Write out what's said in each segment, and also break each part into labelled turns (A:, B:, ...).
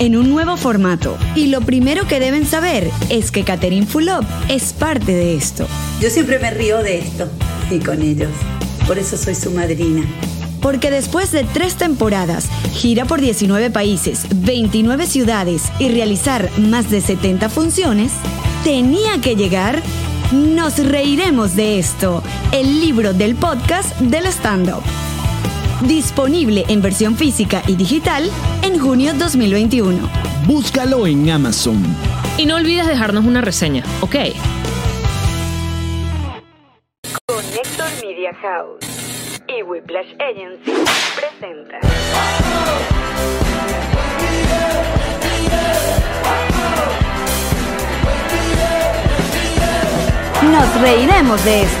A: en un nuevo formato. Y lo primero que deben saber es que Catherine Fulop es parte de esto.
B: Yo siempre me río de esto y con ellos. Por eso soy su madrina.
A: Porque después de tres temporadas, gira por 19 países, 29 ciudades y realizar más de 70 funciones, tenía que llegar Nos Reiremos de esto, el libro del podcast del stand-up. Disponible en versión física y digital en junio 2021.
C: Búscalo en Amazon.
D: Y no olvides dejarnos una reseña, ¿ok?
E: Con Nextor Media House y Whiplash Agency presenta.
A: Nos reiremos de esto.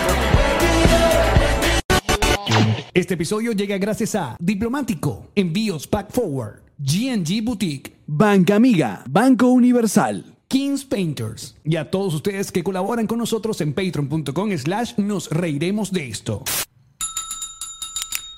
C: Este episodio llega gracias a Diplomático, Envíos Pack Forward, GNG Boutique, Banca Amiga, Banco Universal. Kings Painters y a todos ustedes que colaboran con nosotros en patreon.com slash nos reiremos de esto.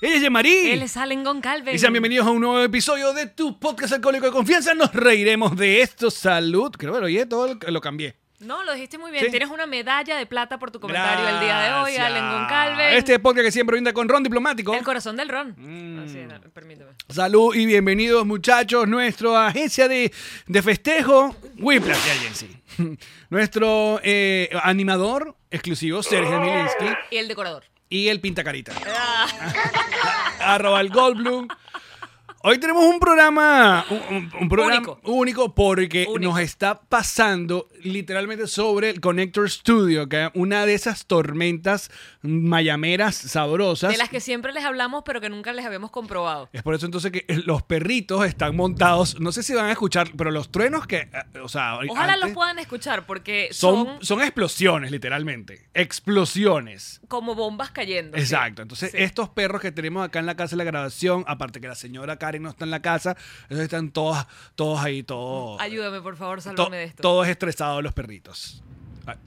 C: Ella es Yemarí.
F: Él es Allen Goncalves.
C: Y sean bienvenidos a un nuevo episodio de tu podcast alcohólico de confianza. Nos reiremos de esto. Salud. Creo que lo oye, todo lo- lo cambié.
F: No, lo dijiste muy bien.
C: Sí.
F: Tienes una medalla de plata por tu comentario el día de hoy,
C: Gracias.
F: Allen Goncalves.
C: Este Mm. podcast que siempre brinda con ron diplomático.
F: El corazón del ron. Así, no, permíteme.
C: Salud y bienvenidos muchachos, nuestra agencia de, de festejo, Whiplash Agency. Nuestro eh, animador exclusivo, Sergio Milinski,
F: Y el decorador.
C: y el pintacarita.
F: Ah.
C: Arroba el Goldblum. Hoy tenemos un programa, un, un- un programa único,
F: Único.
C: porque
F: Único.
C: nos está pasando literalmente sobre el Connector Studio, que es una de esas tormentas mayameras sabrosas.
F: De las que siempre les hablamos, pero que nunca les habíamos comprobado.
C: Es por eso entonces que los perritos están montados. No sé si van a escuchar, pero los truenos que. eh, O sea,
F: Ojalá
C: antes
F: los puedan escuchar, porque son,
C: Son, son explosiones, literalmente. Explosiones.
F: como bombas cayendo. sí.
C: Exacto. Entonces,
F: Sí.
C: estos perros que tenemos acá en la casa de la grabación, aparte que la señora Karen no está en la casa, entonces están todos, todos ahí, todos.
F: Ayúdame, por favor,
C: to-
F: sálvame de esto.
C: Todos estresados los perritos. Ah, Ay,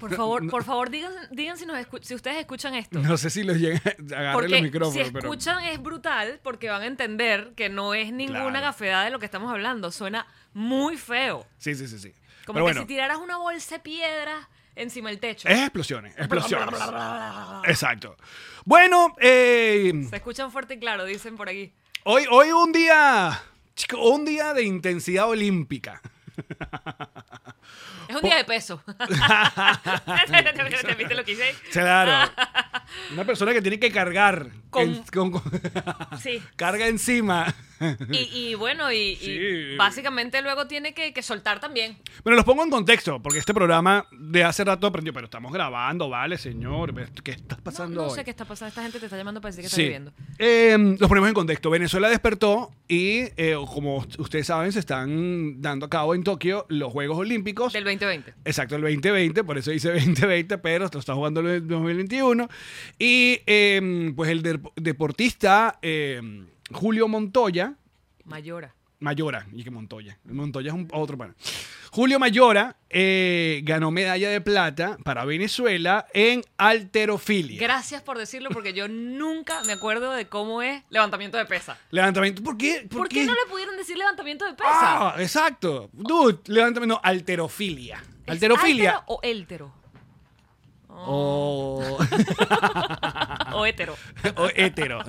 F: Por favor, por favor, digan, digan si, nos escu- si ustedes escuchan esto.
C: No sé si los llegan a agarrar
F: Porque
C: los micrófonos,
F: si
C: pero.
F: escuchan es brutal porque van a entender que no es ninguna
C: Claro.
F: gafedad de lo que estamos hablando. Suena muy feo.
C: Sí, sí, sí, sí. pero
F: Como que
C: bueno, ¿Eh?
F: si tiraras una bolsa de piedras encima del techo.
C: es explosiones, explosiones. Exacto. Bueno, eh,
F: Se escuchan fuerte y claro, dicen por aquí.
C: Hoy, hoy un día, chico, un día de intensidad olímpica.
F: Es un día de peso. ¿Viste lo que hice?
C: Claro. Una persona que tiene que cargar.
F: Con-
C: en- con- con-
F: Sí.
C: carga encima.
F: Y, y bueno, y, y
C: Sí.
F: básicamente luego tiene que, que soltar también.
C: Bueno, los pongo en contexto, porque este programa de hace rato aprendió, pero estamos grabando, vale, señor. pero ¿Qué está
F: No,
C: pasando
F: no
C: hoy?
F: sé qué está pasando. Esta gente te está llamando para decir que
C: Sí.
F: está viviendo.
C: Eh, los ponemos en contexto. Venezuela despertó y, eh, como ustedes saben, se están dando a cabo en Tokio los Juegos Olímpicos.
F: Del 2020.
C: Exacto, el 2020, por eso dice 2020, pero lo está jugando el 2021. Y eh, pues el dep- deportista eh, Julio Montoya,
F: Mayora.
C: Mayora, y que Montoya, Montoya es un, otro pana. Julio Mayora eh, ganó medalla de plata para Venezuela en alterofilia.
F: Gracias por decirlo porque yo nunca me acuerdo de cómo es levantamiento de pesa.
C: levantamiento, ¿por qué?
F: ¿Por, qué? no le pudieron decir levantamiento de pesa?
C: Ah, exacto. Dude, levantamiento, no, alterofilia.
F: ¿Es
C: Alterofilia.
F: altero o éltero?
C: O- Ah,
F: O hétero.
C: Oh. O hétero.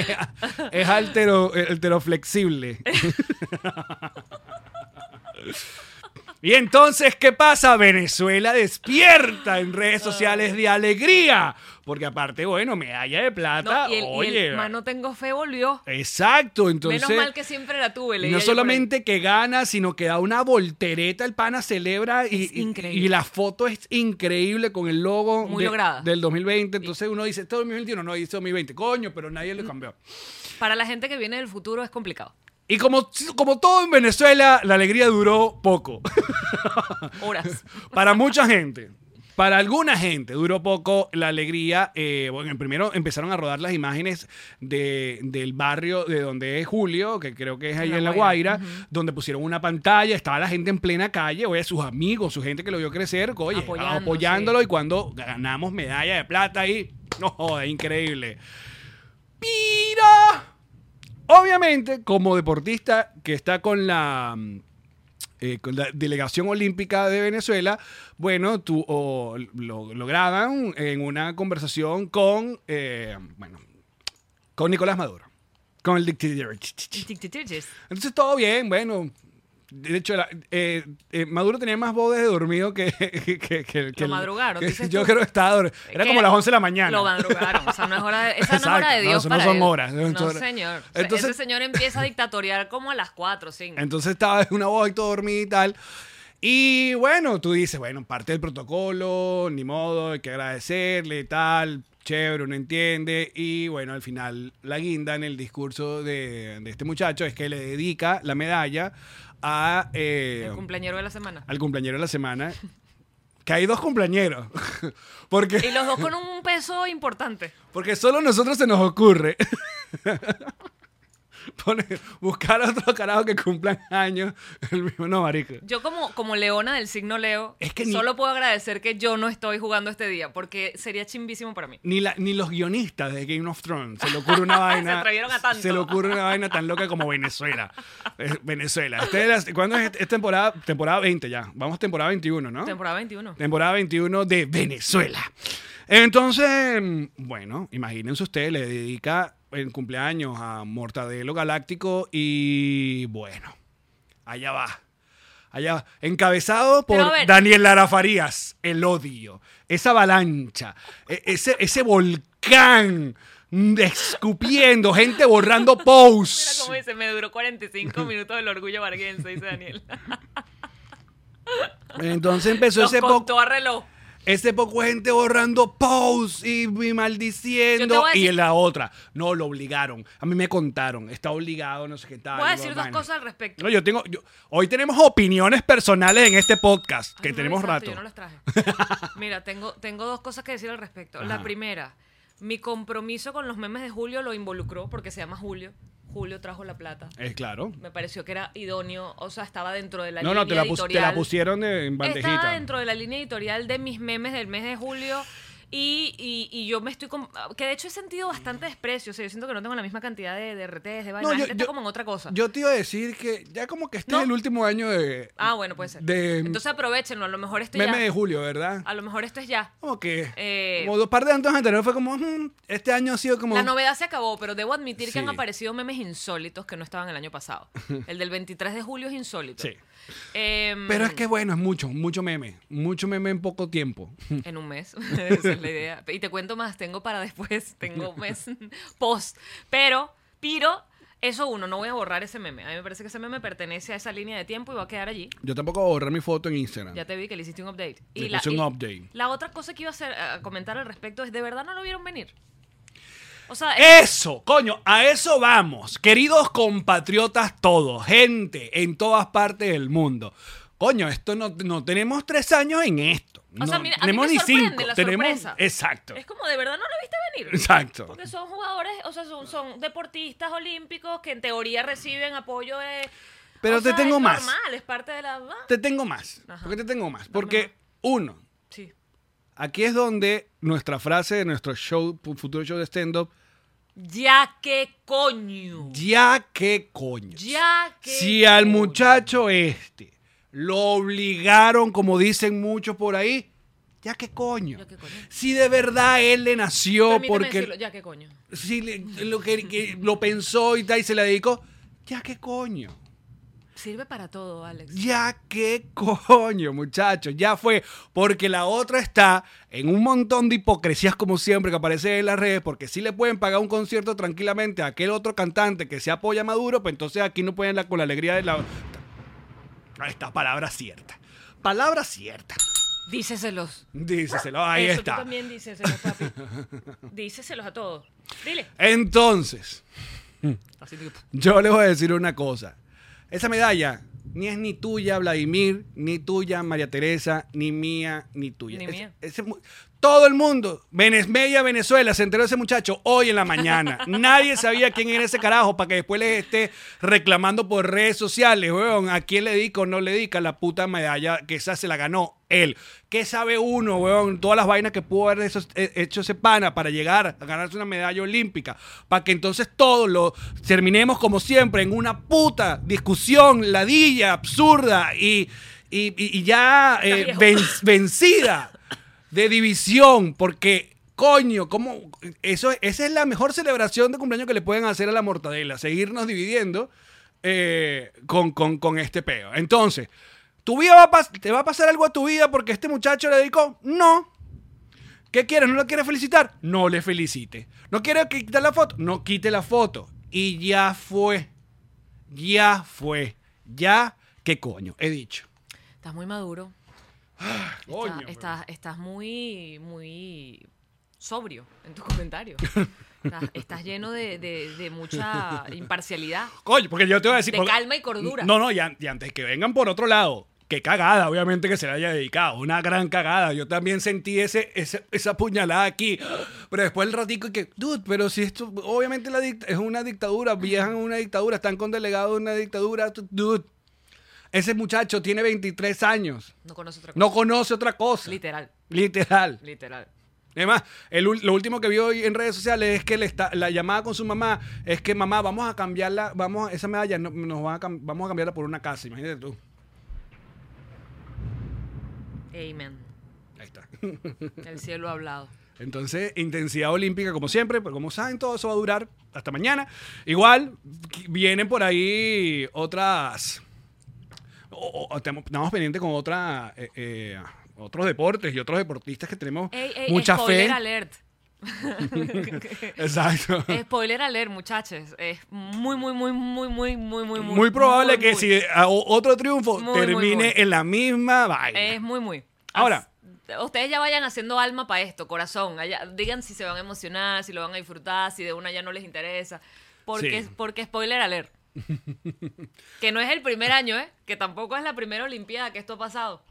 C: es altero, alteroflexible. Y entonces, ¿qué pasa? Venezuela despierta en redes sociales de alegría. Porque aparte, bueno, medalla de plata.
F: No, y el, y el
C: Ah, oye.
F: mano tengo fe volvió.
C: Exacto, entonces.
F: Menos mal que siempre la tuve. leía
C: No
F: yo por ahí.
C: solamente que gana, sino que da una voltereta, el pana celebra y,
F: Es
C: y-
F: increíble.
C: y la foto es increíble con el logo
F: Muy
C: de-
F: lograda.
C: del 2020. Entonces uno dice, "Este esto es 2021, no, dice 2020, coño, pero nadie lo cambió.
F: Para la gente que viene del futuro es complicado.
C: Y como, como todo en Venezuela, la alegría duró poco.
F: Horas.
C: Para mucha gente. Para alguna gente duró poco la alegría. eh, bueno, primero empezaron a rodar las imágenes de- del barrio de donde es Julio, que creo que es ahí
F: La
C: en La Guaira,
F: Guaira,
C: donde pusieron una pantalla, estaba la gente en plena calle, oye, sus amigos, su gente que lo vio crecer, oye,
F: Apoyándose.
C: apoyándolo y cuando ganamos medalla de plata y, no joda, increíble. ¡Pira! Obviamente, como deportista que está con la, mm, eh, con la delegación olímpica de Venezuela, bueno, tú o lo, lo graban en una conversación con, eh, bueno, con Nicolás Maduro, con el dictador. Entonces todo bien, bueno. De hecho, la- eh, eh, Maduro tenía más voz de dormido que... que, que, que- que-
F: madrugaron,
C: que-
F: dices
C: yo
F: tú.
C: creo que estaba dormido. Era
F: Que
C: como las 11 de la mañana.
F: Lo madrugaron. O sea, no es hora de, esa no es hora
C: Exacto,
F: de
C: no,
F: Dios.
C: eso no
F: para
C: son
F: él.
C: horas, no son
F: No,
C: horas.
F: señor. O sea,
C: Entonces-
F: Ese señor empieza a dictatorial como a las 4, 5.
C: Entonces estaba en una voz y todo dormida y tal. Y bueno, tú dices, bueno, parte del protocolo, ni modo, hay que agradecerle y tal. Chévere, uno entiende. Y bueno, al final, la guinda en el discurso de, de este muchacho es que le dedica la medalla a. eh,
F: El cumpleañero de la semana.
C: al cumpleañero de la semana. Que hay dos cumpleañeros.
F: Y
C: Porque,
F: los dos con un peso importante.
C: porque solo a nosotros se nos ocurre pone- buscar a otro carajo que cumplan años. El mismo, no, marico.
F: Yo como, como leona del signo Leo,
C: Es que ni-
F: solo puedo agradecer que yo no estoy jugando este día, porque sería chimbísimo para mí.
C: Ni, la- ni los guionistas de Game of Thrones se le ocurre una vaina.
F: Se atrevieron a tanto.
C: se le ocurre una vaina tan loca como Venezuela. Eh, Venezuela. Esta es la- ¿Cuándo es, es temporada? Temporada 20 ya. Vamos temporada 21, ¿no?
F: Temporada 21.
C: Temporada 21 de Venezuela. Entonces, mm, bueno, imagínense ustedes, le dedica el cumpleaños a Mortadelo Galáctico y bueno, allá va. Allá va. Encabezado
F: Pero
C: por
F: a ver.
C: Daniel Lara Farías, el odio, esa avalancha, e- ese, ese volcán mm, escupiendo, gente borrando
F: Mira
C: posts.
F: cómo dice, me duró 45 minutos del orgullo varguense, dice Daniel.
C: Entonces empezó
F: Los
C: ese po-
F: contó a reloj.
C: Ese poco de gente borrando posts y, y
F: Yo te
C: maldiciendo.
F: voy a
C: Y
F: decir-
C: la otra, no, lo obligaron. A mí me contaron, está obligado, no sé qué tal.
F: Voy a
C: bla,
F: decir
C: bla,
F: dos
C: bla.
F: cosas al respecto.
C: No, yo tengo. yo- hoy tenemos opiniones personales en este podcast,
F: Ay,
C: que
F: no,
C: tenemos
F: exacto,
C: rato.
F: Yo no los traje. Mira, tengo, tengo dos cosas que decir al respecto.
C: Ajá.
F: La primera, mi compromiso con los memes de Julio lo involucró porque se llama Julio. Julio trajo la plata.
C: Es claro.
F: Me pareció que era idóneo, o sea, estaba dentro de la
C: No,
F: línea
C: no, te la, pus- te
F: editorial.
C: la pusieron de- en bandejita.
F: Estaba dentro de la línea editorial de mis memes del mes de julio. Y, y- y yo me estoy. com- Que de hecho he sentido bastante desprecio. O sea, yo siento que no tengo la misma cantidad de, de RTs, de vainas.
C: No,
F: la
C: yo-
F: gente está
C: yo-
F: como en otra cosa.
C: Yo te iba a decir que ya como que este
F: No.
C: es el último año de.
F: ah, bueno, puede ser.
C: de-
F: Entonces aprovechenlo. A lo mejor esto
C: Meme
F: ya.
C: de julio, Oh, ¿verdad?
F: A lo mejor esto es ya.
C: Como que.
F: Eh,
C: como dos par de años anteriores fue como. "Mm, este año ha sido como.
F: La novedad se acabó, pero debo admitir
C: Sí.
F: que han aparecido memes insólitos que no estaban el año pasado. El del 23 de julio es insólito.
C: Sí.
F: Em,
C: Pero es que bueno, es mucho, mucho meme. Mucho meme en poco tiempo.
F: En un mes, esa es la idea. Y te cuento más, tengo para después, tengo mes post. Pero, pero, eso uno, no voy a borrar ese meme. A mí me parece que ese meme pertenece a esa línea de tiempo y va a quedar allí.
C: Yo tampoco voy a borrar mi foto en Instagram.
F: Ya te vi que le hiciste un update.
C: Ah. Le puse un update.
F: La otra cosa que iba a, hacer, a comentar al respecto es, ¿de verdad no lo vieron venir? O sea,
C: Eh, Eso, coño, a eso vamos. Queridos compatriotas todos, gente en todas partes del mundo. Coño, esto no, no tenemos tres años en esto.
F: O sea,
C: No
F: mira, a mí
C: tenemos
F: me
C: ni
F: sorprende
C: cinco.
F: la
C: tenemos,
F: sorpresa.
C: Exacto.
F: es como, ¿de verdad no lo viste venir?
C: Exacto.
F: Porque son jugadores, o sea, son, son deportistas olímpicos que en teoría reciben apoyo de...
C: Pero
F: o
C: te
F: sea,
C: tengo
F: es
C: más.
F: normal, es parte de la...
C: Te tengo más.
F: Ajá.
C: ¿Por qué te tengo más?
F: Dame
C: Porque,
F: más.
C: uno,
F: Sí.
C: aquí es donde nuestra frase de nuestro show, futuro show de stand-up,
F: Ya que coño.
C: ya que coño.
F: Ya que.
C: Si al
F: coño.
C: muchacho este lo obligaron, como dicen muchos por ahí, ya qué coño.
F: Ya qué coño.
C: Si de verdad él le nació
F: Permíteme
C: porque
F: decirlo, ya que coño.
C: si le- lo que, que lo pensó y tal y se la dedicó, ya qué coño.
F: Sirve para todo, Alex.
C: Ya qué coño, muchachos, ya fue. Porque la otra está en un montón de hipocresías, como siempre, que aparece en las redes, porque si le pueden pagar un concierto tranquilamente a aquel otro cantante que se apoya a Maduro, pues entonces aquí no pueden la, con la alegría de la. Esta palabra cierta. Palabra cierta.
F: Díceselos.
C: Díceselo, ahí
F: Eso
C: está.
F: tú también díceselos, papi. díceselos a todos. Dile.
C: Entonces,
F: Así que,
C: yo les voy a decir una cosa. Esa medalla ni es ni tuya, Vladimir, ni tuya, María Teresa, ni mía, ni tuya.
F: Ni
C: Ese-
F: mía.
C: ese mu- todo el mundo, Venez- media Venezuela, se enteró de ese muchacho hoy en la mañana. Nadie sabía quién era ese carajo para que después les esté reclamando por redes sociales, weón. ¿A quién le dedica o no le dedica la puta medalla que esa se la ganó él? ¿Qué sabe uno, weón? Todas las vainas que pudo haber esos- eh, hecho ese pana para llegar a ganarse una medalla olímpica. Para que entonces todos lo terminemos como siempre en una puta discusión ladilla, absurda y, y- y- y ya eh,
F: viejo.
C: ven- vencida de división, porque coño, ¿cómo? Eso, esa es la mejor celebración de cumpleaños que le pueden hacer a la mortadela, seguirnos dividiendo eh, con, con- con este peo. Entonces, ¿tu vida va a pas- te va a pasar algo a tu vida porque este muchacho le dedicó? No. ¿Qué quieres? ¿No lo quieres felicitar? No le felicite. ¿No quieres quitar la foto? No quite la foto. Y ya fue. Ya fue. Ya, ¿qué coño? He dicho.
F: Estás muy maduro. Está-
C: Ah, coño,
F: estás, estás muy, muy sobrio en tus comentarios. estás, estás lleno de, de- de mucha imparcialidad.
C: Coño, porque yo te voy a decir.
F: De
C: porque-
F: calma y cordura.
C: No, no, y, an- y antes que vengan por otro lado. Qué cagada, obviamente, que se le haya dedicado. Una gran cagada. Yo también sentí ese, ese- esa puñalada aquí. Pero después el ratico y que, dude, pero si esto, obviamente la dict- es una dictadura, viajan en una dictadura, están con delegados de una dictadura, tú- dude. Ese muchacho tiene 23 años.
F: No conoces otra cosa.
C: No conoce otra cosa.
F: Literal,
C: Literal.
F: literal.
C: Además, el ul- lo último que vi hoy en redes sociales es que le está, la llamada con su mamá es que mamá, vamos a cambiarla, vamos, esa medalla no- nos van a cam- vamos a cambiarla por una casa, imagínate tú.
F: Amen.
C: Ahí está.
F: El cielo ha hablado.
C: Entonces, intensidad olímpica como siempre, pero como saben, todo eso va a durar hasta mañana. Igual, qu- vienen por ahí otras... o- o- o estamos, estamos pendientes con otra, eh, eh, otros deportes y otros deportistas que tenemos
F: Ey, ey,
C: mucha
F: spoiler
C: fe.
F: alert.
C: Exacto.
F: Spoiler alert, muchachos. Es muy, muy, muy, muy, muy, muy, muy,
C: muy, probable
F: muy,
C: que
F: muy.
C: si a- o- otro triunfo
F: Muy, muy,
C: termine
F: muy. Eh.
C: en la misma vaina.
F: Es muy, muy.
C: Ahora.
F: As- ustedes ya vayan haciendo alma para esto, corazón. Allá- digan si se van a emocionar, si lo van a disfrutar, si de una ya no les interesa. Porque,
C: Sí.
F: porque spoiler alert. que no es el primer año, ¿eh? Que tampoco es la primera Olimpiada que esto ha pasado.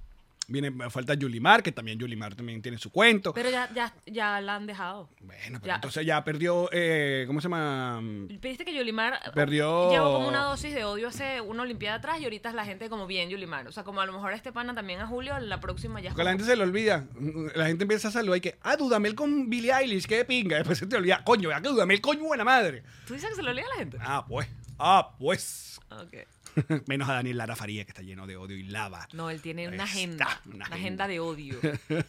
C: Viene, falta Yulimar, que también Yulimar también tiene su cuento.
F: Pero ya, ya, ya la han dejado.
C: bueno, pero
F: ya.
C: entonces ya perdió, eh, ¿cómo se llama?
F: Viste que Yulimar eh,
C: Perdió-
F: llevó como una dosis de odio hace una Olimpiada atrás y ahorita la gente como bien Yulimar. O sea, como a lo mejor a este pana también a Julio, la próxima ya es
C: Porque la
F: como-
C: gente se le olvida. La gente empieza a saludar y que, ah, Dudamel con Billie Eilish, qué de pinga. Después se te olvida, coño, vea que Dudamel, coño, buena madre.
F: ¿Tú dices que se lo olvida a la gente?
C: Ah, pues, ah, pues.
F: Ok.
C: Menos a Daniel Lara Faría, que está lleno de odio y lava.
F: No, él tiene una
C: Ahí
F: agenda,
C: está,
F: una,
C: una
F: agenda. de odio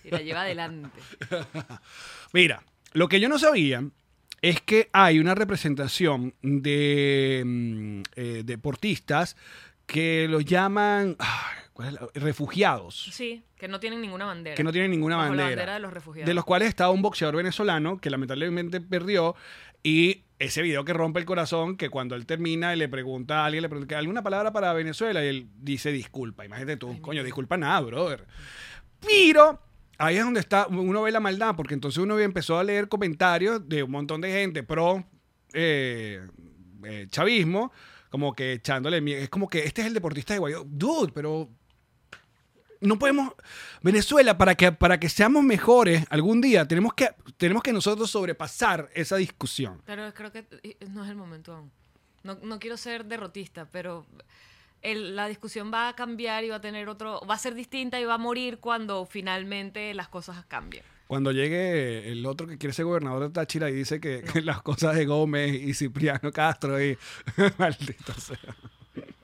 F: y la lleva adelante.
C: Mira, lo que yo no sabía es que hay una representación de mm, eh, deportistas que los llaman ah, ¿cuál es la- refugiados,
F: Sí, que no tienen ninguna bandera.
C: que no tienen ninguna
F: Bajo la
C: bandera.
F: bandera de los refugiados.
C: De los cuales estaba un boxeador venezolano que lamentablemente perdió y ese video que rompe el corazón, que cuando él termina y le pregunta a alguien, le pregunta alguna palabra para Venezuela y él dice disculpa. Imagínate tú, coño, disculpa nada, brother. Pero ahí es donde está, uno ve la maldad, porque entonces uno empezó a leer comentarios de un montón de gente pro eh, eh, chavismo, como que echándole mie- Es como que este es el deportista de Guaidó. Dude, pero no podemos. Venezuela, para que, para que seamos mejores algún día, tenemos que, tenemos que nosotros sobrepasar esa discusión.
F: Pero creo que eh, no es el momento aún. No, no quiero ser derrotista, pero el- la discusión va a cambiar y va a tener otro, va a ser distinta y va a morir cuando finalmente las cosas cambien.
C: Cuando llegue el otro que quiere ser gobernador de Táchira y dice que, que las cosas de Gómez y Cipriano Castro y. Maldito sea.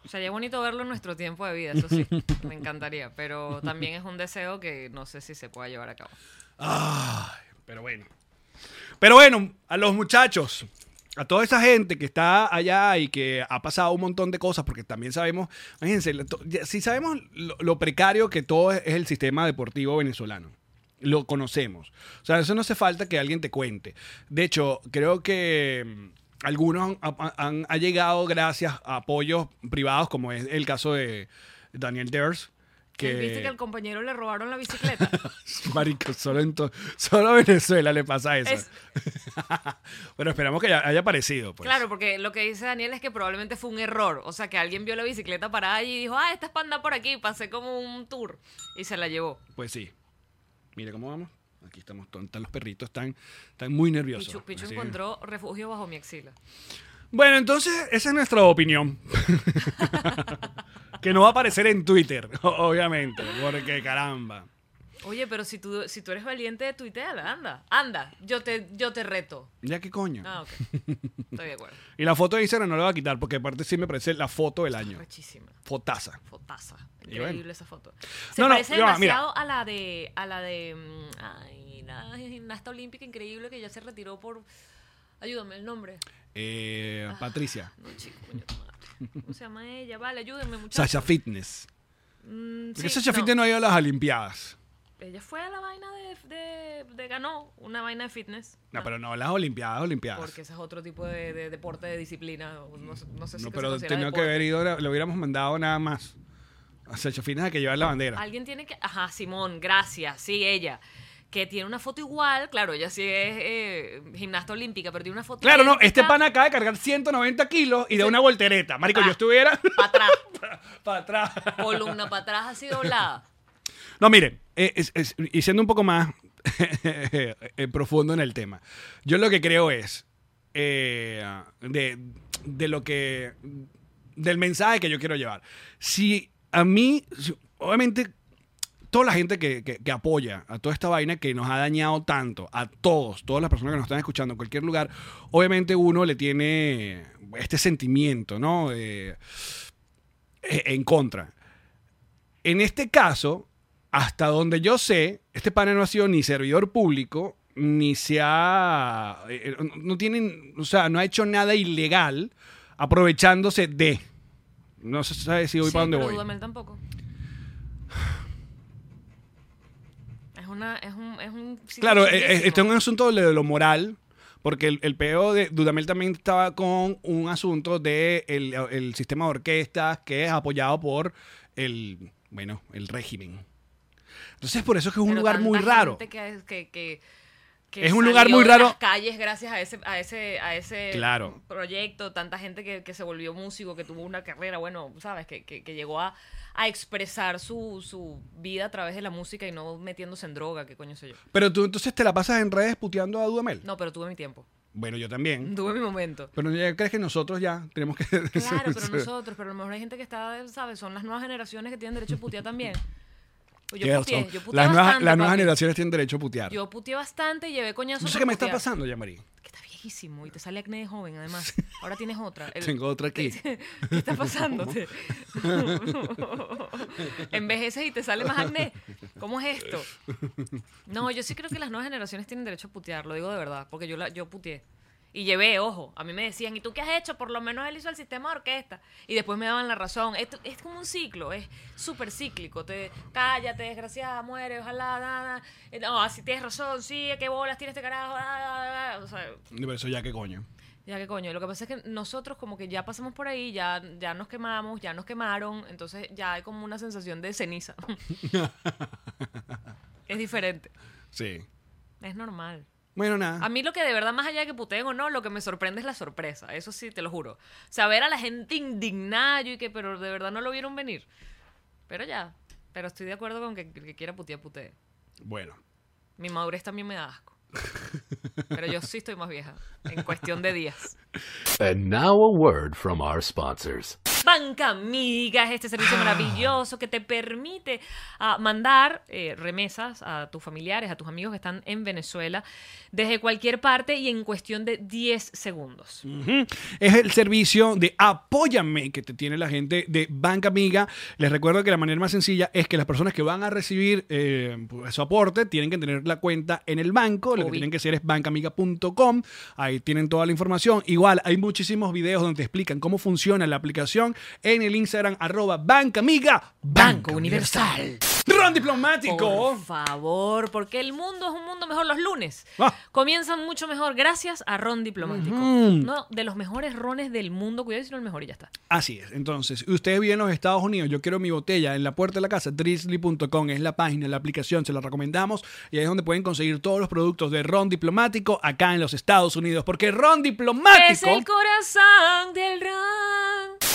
F: Sería bonito verlo en nuestro tiempo de vida, eso sí, me encantaría, pero también es un deseo que no sé si se pueda llevar a cabo.
C: Pero bueno. Pero bueno, a los muchachos, a toda esa gente que está allá y que ha pasado un montón de cosas, porque también sabemos, imagínense, lo- to- ya- si sabemos lo, lo precario que todo es, es el sistema deportivo venezolano. Lo conocemos. O sea, eso no hace falta que alguien te cuente. De hecho, creo que mm, algunos han, han- han- ha llegado gracias a apoyos privados, como es el caso de Daniel Ders. Que...
F: ¿Viste que al compañero le robaron la bicicleta?
C: Marico, solo, en to- solo a Venezuela le pasa eso.
F: Es-
C: bueno, esperamos que haya, haya aparecido. Pues.
F: Claro, porque lo que dice Daniel es que probablemente fue un error. O sea, que alguien vio la bicicleta parada y dijo, ah, esta es panda por aquí, pasé como un tour. Y se la llevó.
C: Pues sí. Mire cómo vamos. Aquí estamos tontas, los perritos están, están muy nerviosos.
F: Pichu, Pichu
C: Así-
F: encontró refugio bajo mi axila.
C: Bueno, entonces esa es nuestra opinión. que no va a aparecer en Twitter, o- obviamente, porque caramba.
F: Oye, pero si tú, si tú eres valiente, tuiteala, anda. Anda, yo te, yo te reto.
C: Ya qué coño.
F: Ah, ok. Estoy de acuerdo.
C: Y la foto de Instagram no la va a quitar, porque aparte sí me parece la foto del año.
F: Muchísima.
C: Fotaza.
F: Fotaza.
C: Y
F: Increíble
C: bueno.
F: esa foto. Se
C: No, no,
F: parece
C: ya va, mira.
F: demasiado a la de. A la de. mm, Ay, la gimnasta olímpica increíble que ya se retiró por. Ayúdame el nombre.
C: Eh,
F: Ah.
C: Patricia.
F: No, chico, coño, tu madre. ¿Cómo se llama ella? Vale, ayúdenme, muchachos.
C: Sasha Fitness.
F: Mm,
C: Porque
F: sí,
C: Sasha Fitness no ha ido a las Olimpiadas.
F: Ella fue a la vaina de, de, de- ganó una vaina de fitness.
C: No, pero no, las Olimpiadas, Olimpiadas.
F: Porque ese es otro tipo de, de deporte, de disciplina. o No, sé- no sé si
C: no,
F: que se
C: pero
F: considera
C: tenía que
F: deporte.
C: haber ido, le hubiéramos mandado nada más. A Sasha Fitness a que llevar la bandera.
F: Alguien tiene que. Ajá, Simón, gracias. Sí, ella. Que tiene una foto igual, claro, ella sí es eh, gimnasta olímpica, pero tiene una foto.
C: Claro, no, este pan
F: pana
C: acaba de cargar 190 kilos y da una voltereta. Marico,
F: Pa.
C: yo estuviera
F: Para atrás,
C: para atrás.
F: columna para atrás así doblada.
C: No, miren, eh, es- es- y siendo un poco más eh, profundo en el tema, yo lo que creo es eh, de, de lo que del mensaje que yo quiero llevar. Si a mí, si- obviamente, toda la gente que, que- que apoya a toda esta vaina que nos ha dañado tanto, a todos, todas las personas que nos están escuchando en cualquier lugar, obviamente uno le tiene este sentimiento, ¿no? Eh, eh, en contra. En este caso, hasta donde yo sé, este panel no ha sido ni servidor público, ni se ha. eh, eh, No tienen. O sea, no ha hecho nada ilegal aprovechándose de. No se sabe si voy
F: Sí,
C: para dónde
F: pero
C: voy.
F: Dudamel tampoco. Es una. Es un. Es un sitio
C: Claro, eh, eh,
F: chulísimo.
C: este es un asunto de lo moral, porque el, el peo de Dudamel también estaba con un asunto de el, el sistema de orquestas que es apoyado por el, bueno, el régimen. Entonces, por eso es que es un
F: Pero
C: lugar muy
F: tanta
C: raro.
F: gente que- que- que- que
C: Es un
F: salió
C: lugar muy
F: de
C: raro.
F: las calles gracias a ese, a ese, a ese
C: Claro.
F: proyecto, tanta gente que, que se volvió músico, que tuvo una carrera, bueno, sabes, que, que- que llegó a, a expresar su, su vida a través de la música y no metiéndose en droga, que coño sé yo.
C: Pero tú entonces te la pasas en redes puteando a Dudamel.
F: No, Mm. pero tuve mi tiempo,
C: Bueno, yo también.
F: tuve mi momento.
C: Pero ya crees que nosotros ya tenemos que...
F: Claro, pero nosotros, pero a lo mejor hay gente que está, sabes, son las nuevas generaciones que tienen derecho a putear también. Pues
C: Tienes
F: Yo puteé,
C: razón.
F: yo puteé
C: las nuevas,
F: bastante,
C: las nuevas
F: papi.
C: generaciones tienen derecho a putear.
F: Yo puteé bastante y llevé coñazos
C: no sé
F: por
C: qué me está
F: putear.
C: pasando, Yamari.
F: que está viejísimo y te sale acné de joven además. Ahora tienes otra. El-
C: Tengo otra aquí.
F: ¿Qué está pasándote? Envejeces y te sale más acné. ¿Cómo es esto? No, yo sí creo que las nuevas generaciones tienen derecho a putear, lo digo de verdad, porque yo la, yo puteé. Y llevé, ojo, a mí me decían, ¿y tú qué has hecho? Por lo menos él hizo el sistema de orquesta. Y después me daban la razón. Esto- Es, como un ciclo, es súper cíclico. Te, cállate, desgraciada, muere, ojalá, nada. Eh, No, así tienes razón, sí, qué bolas tiene este carajo. da, da, da". O sea,
C: Pero eso ya qué coño.
F: ya que coño, lo que pasa es que nosotros como que ya pasamos por ahí, ya, ya nos quemamos, ya nos quemaron, entonces ya hay como una sensación de ceniza. es diferente,
C: Sí.
F: es normal.
C: Bueno, nada.
F: A mí lo que de verdad, más allá de que puteen o no, lo que me sorprende es la sorpresa, eso sí, te lo juro. Saber a la gente indignada yo y que, pero de verdad no lo vieron venir. Pero ya, pero estoy de acuerdo con que el que quiera putear, putee.
C: Bueno.
F: Mi madurez también me da asco. Pero yo sí estoy más vieja, en cuestión de días.
G: And now a word from our sponsors.
F: Banca Amiga es este servicio
C: Ah.
F: maravilloso que te permite ah, mandar eh, remesas a tus familiares, a tus amigos que están en Venezuela, desde cualquier parte y en cuestión de 10 segundos.
C: Ujú. Es el servicio de Apóyame que te tiene la gente de Banca Amiga. Les recuerdo que la manera más sencilla es que las personas que van a recibir eh, su aporte tienen que tener la cuenta en el banco. Lo que
F: Obvio.
C: tienen que hacer es bancamiga.com. Ahí tienen toda la información. Igual hay muchísimos videos donde te explican cómo funciona la aplicación en el Instagram arroba Banca Amiga.
F: Banco Universal.
C: Ron Diplomático.
F: Por favor, porque el mundo es un mundo mejor los lunes.
C: Ah.
F: Comienzan mucho mejor gracias a Ron Diplomático.
C: Ujú.
F: Uno de los mejores rones del mundo. Cuidado si no el mejor y ya está.
C: Así es. Entonces, ustedes viven en los Estados Unidos, yo quiero mi botella en la puerta de la casa, drizzly.com es la página, la aplicación, se la recomendamos y ahí es donde pueden conseguir todos los productos de Ron Diplomático acá en los Estados Unidos, porque Ron
F: Es el
C: Diplomático,
F: corazón del Ron.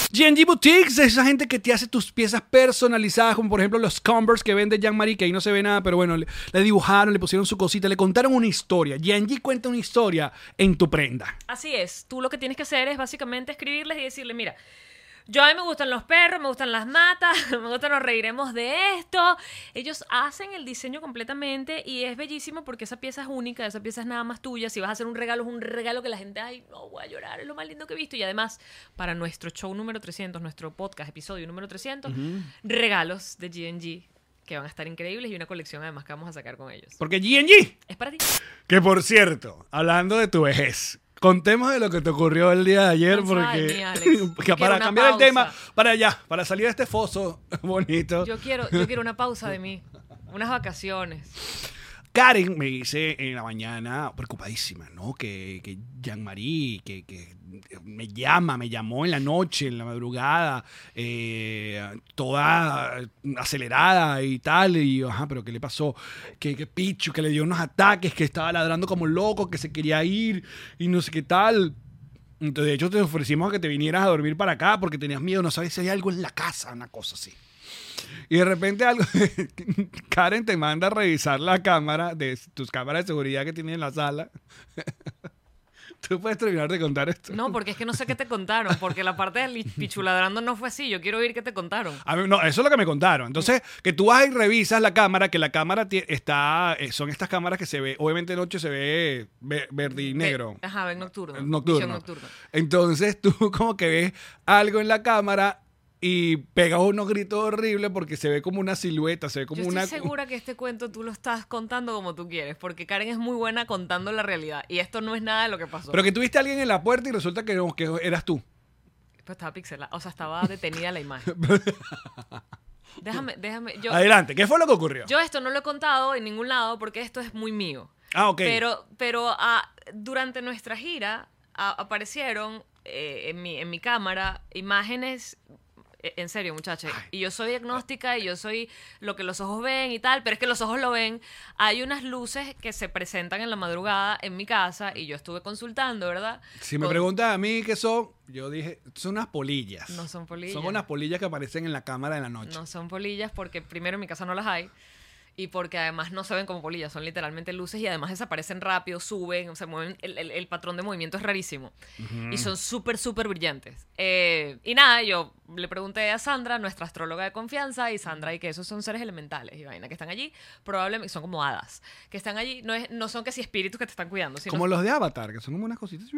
C: G&G Boutiques, es esa gente que te hace tus piezas personalizadas, como por ejemplo los Converse que vende Jean-Marie, que ahí no se ve nada, pero bueno, le, le dibujaron, le pusieron su cosita, le contaron una historia. G&G cuenta una historia en tu prenda.
F: Así es. Tú lo que tienes que hacer es básicamente escribirles y decirle, mira, yo a mí me gustan los perros, me gustan las matas, me gustan nos reiremos de esto. Ellos hacen el diseño completamente y es bellísimo porque esa pieza es única, esa pieza es nada más tuya. Si vas a hacer un regalo, es un regalo que la gente, ay, no voy a llorar, es lo más lindo que he visto. Y además, para nuestro show número 300, nuestro podcast, episodio número 300, regalos de GNG que van a estar increíbles y una colección además que vamos a sacar con ellos.
C: Porque G&G
F: Es para ti.
C: Que por cierto, hablando de tu vejez, contemos de lo que te ocurrió el día de ayer,
F: Ay, mi Alex,
C: porque que
F: quiero
C: para
F: una
C: cambiar
F: pausa.
C: el tema, para allá, para salir de este foso bonito,
F: Yo quiero, yo quiero una pausa de mí, unas vacaciones.
C: Karen me dice en la mañana, preocupadísima, ¿no? Que, que Jean-Marie, que, que me llama, me llamó en la noche, en la madrugada, eh, toda acelerada y tal, y yo, ajá, pero ¿qué le pasó? Que, que Pichu, que le dio unos ataques, que estaba ladrando como loco, que se quería ir y no sé qué tal. Entonces, de hecho, te ofrecimos a que te vinieras a dormir para acá porque tenías miedo, no sabes si hay algo en la casa, una cosa así. Y de repente algo, Karen te manda a revisar la cámara de tus cámaras de seguridad que tienes en la sala. Tú puedes terminar de contar esto.
F: No, porque es que no sé qué te contaron, porque la parte del pichuladrando no fue así. Yo quiero oír qué te contaron.
C: A mí- no, eso es lo que me contaron. Entonces, que tú vas y revisas la cámara, que la cámara tie- está, eh, son estas cámaras que se ve, obviamente de noche se ve ve- verde y negro. Ah, eh,
F: Ve- Eh, Ajá, ven nocturno.
C: nocturno.
F: Visión nocturna.
C: Entonces tú como que ves algo en la cámara y pegas unos gritos horribles porque se ve como una silueta, se ve como
F: Yo
C: una...
F: estoy segura que este cuento tú lo estás contando como tú quieres, porque Karen es muy buena contando la realidad. Y esto no es nada de lo que pasó.
C: Pero que tuviste a alguien en la puerta y resulta que, no, que eras tú.
F: Pues estaba pixelada, o sea, estaba detenida la imagen. déjame, déjame. Yo,
C: Adelante, ¿qué fue lo que ocurrió?
F: yo esto no lo he contado en ningún lado porque esto es muy mío.
C: ah, ok.
F: Pero, pero ah, durante nuestra gira ah, aparecieron eh, en, mi, en mi cámara imágenes. eh, En serio, muchachos. Y yo soy agnóstica y yo soy lo que los ojos ven y tal, pero es que los ojos lo ven. Hay unas luces que se presentan en la madrugada en mi casa y yo estuve consultando, ¿verdad?
C: si me
F: Con-
C: preguntas a mí qué son, yo dije, son unas polillas.
F: No son polillas.
C: Son unas polillas que aparecen en la cámara en la noche.
F: No son polillas porque primero en mi casa no las hay y porque además no se ven como polillas, son literalmente luces y además desaparecen rápido, suben, se mueven, el, el- el patrón de movimiento es rarísimo y son súper, súper brillantes. Eh, y nada, yo le pregunté a Sandra, nuestra astróloga de confianza, y Sandra, y que esos son seres elementales y vaina que están allí, probablemente son como hadas, que están allí, no, es, no son que si espíritus que te están cuidando, sino
C: como los de Avatar, que son como unas cositas.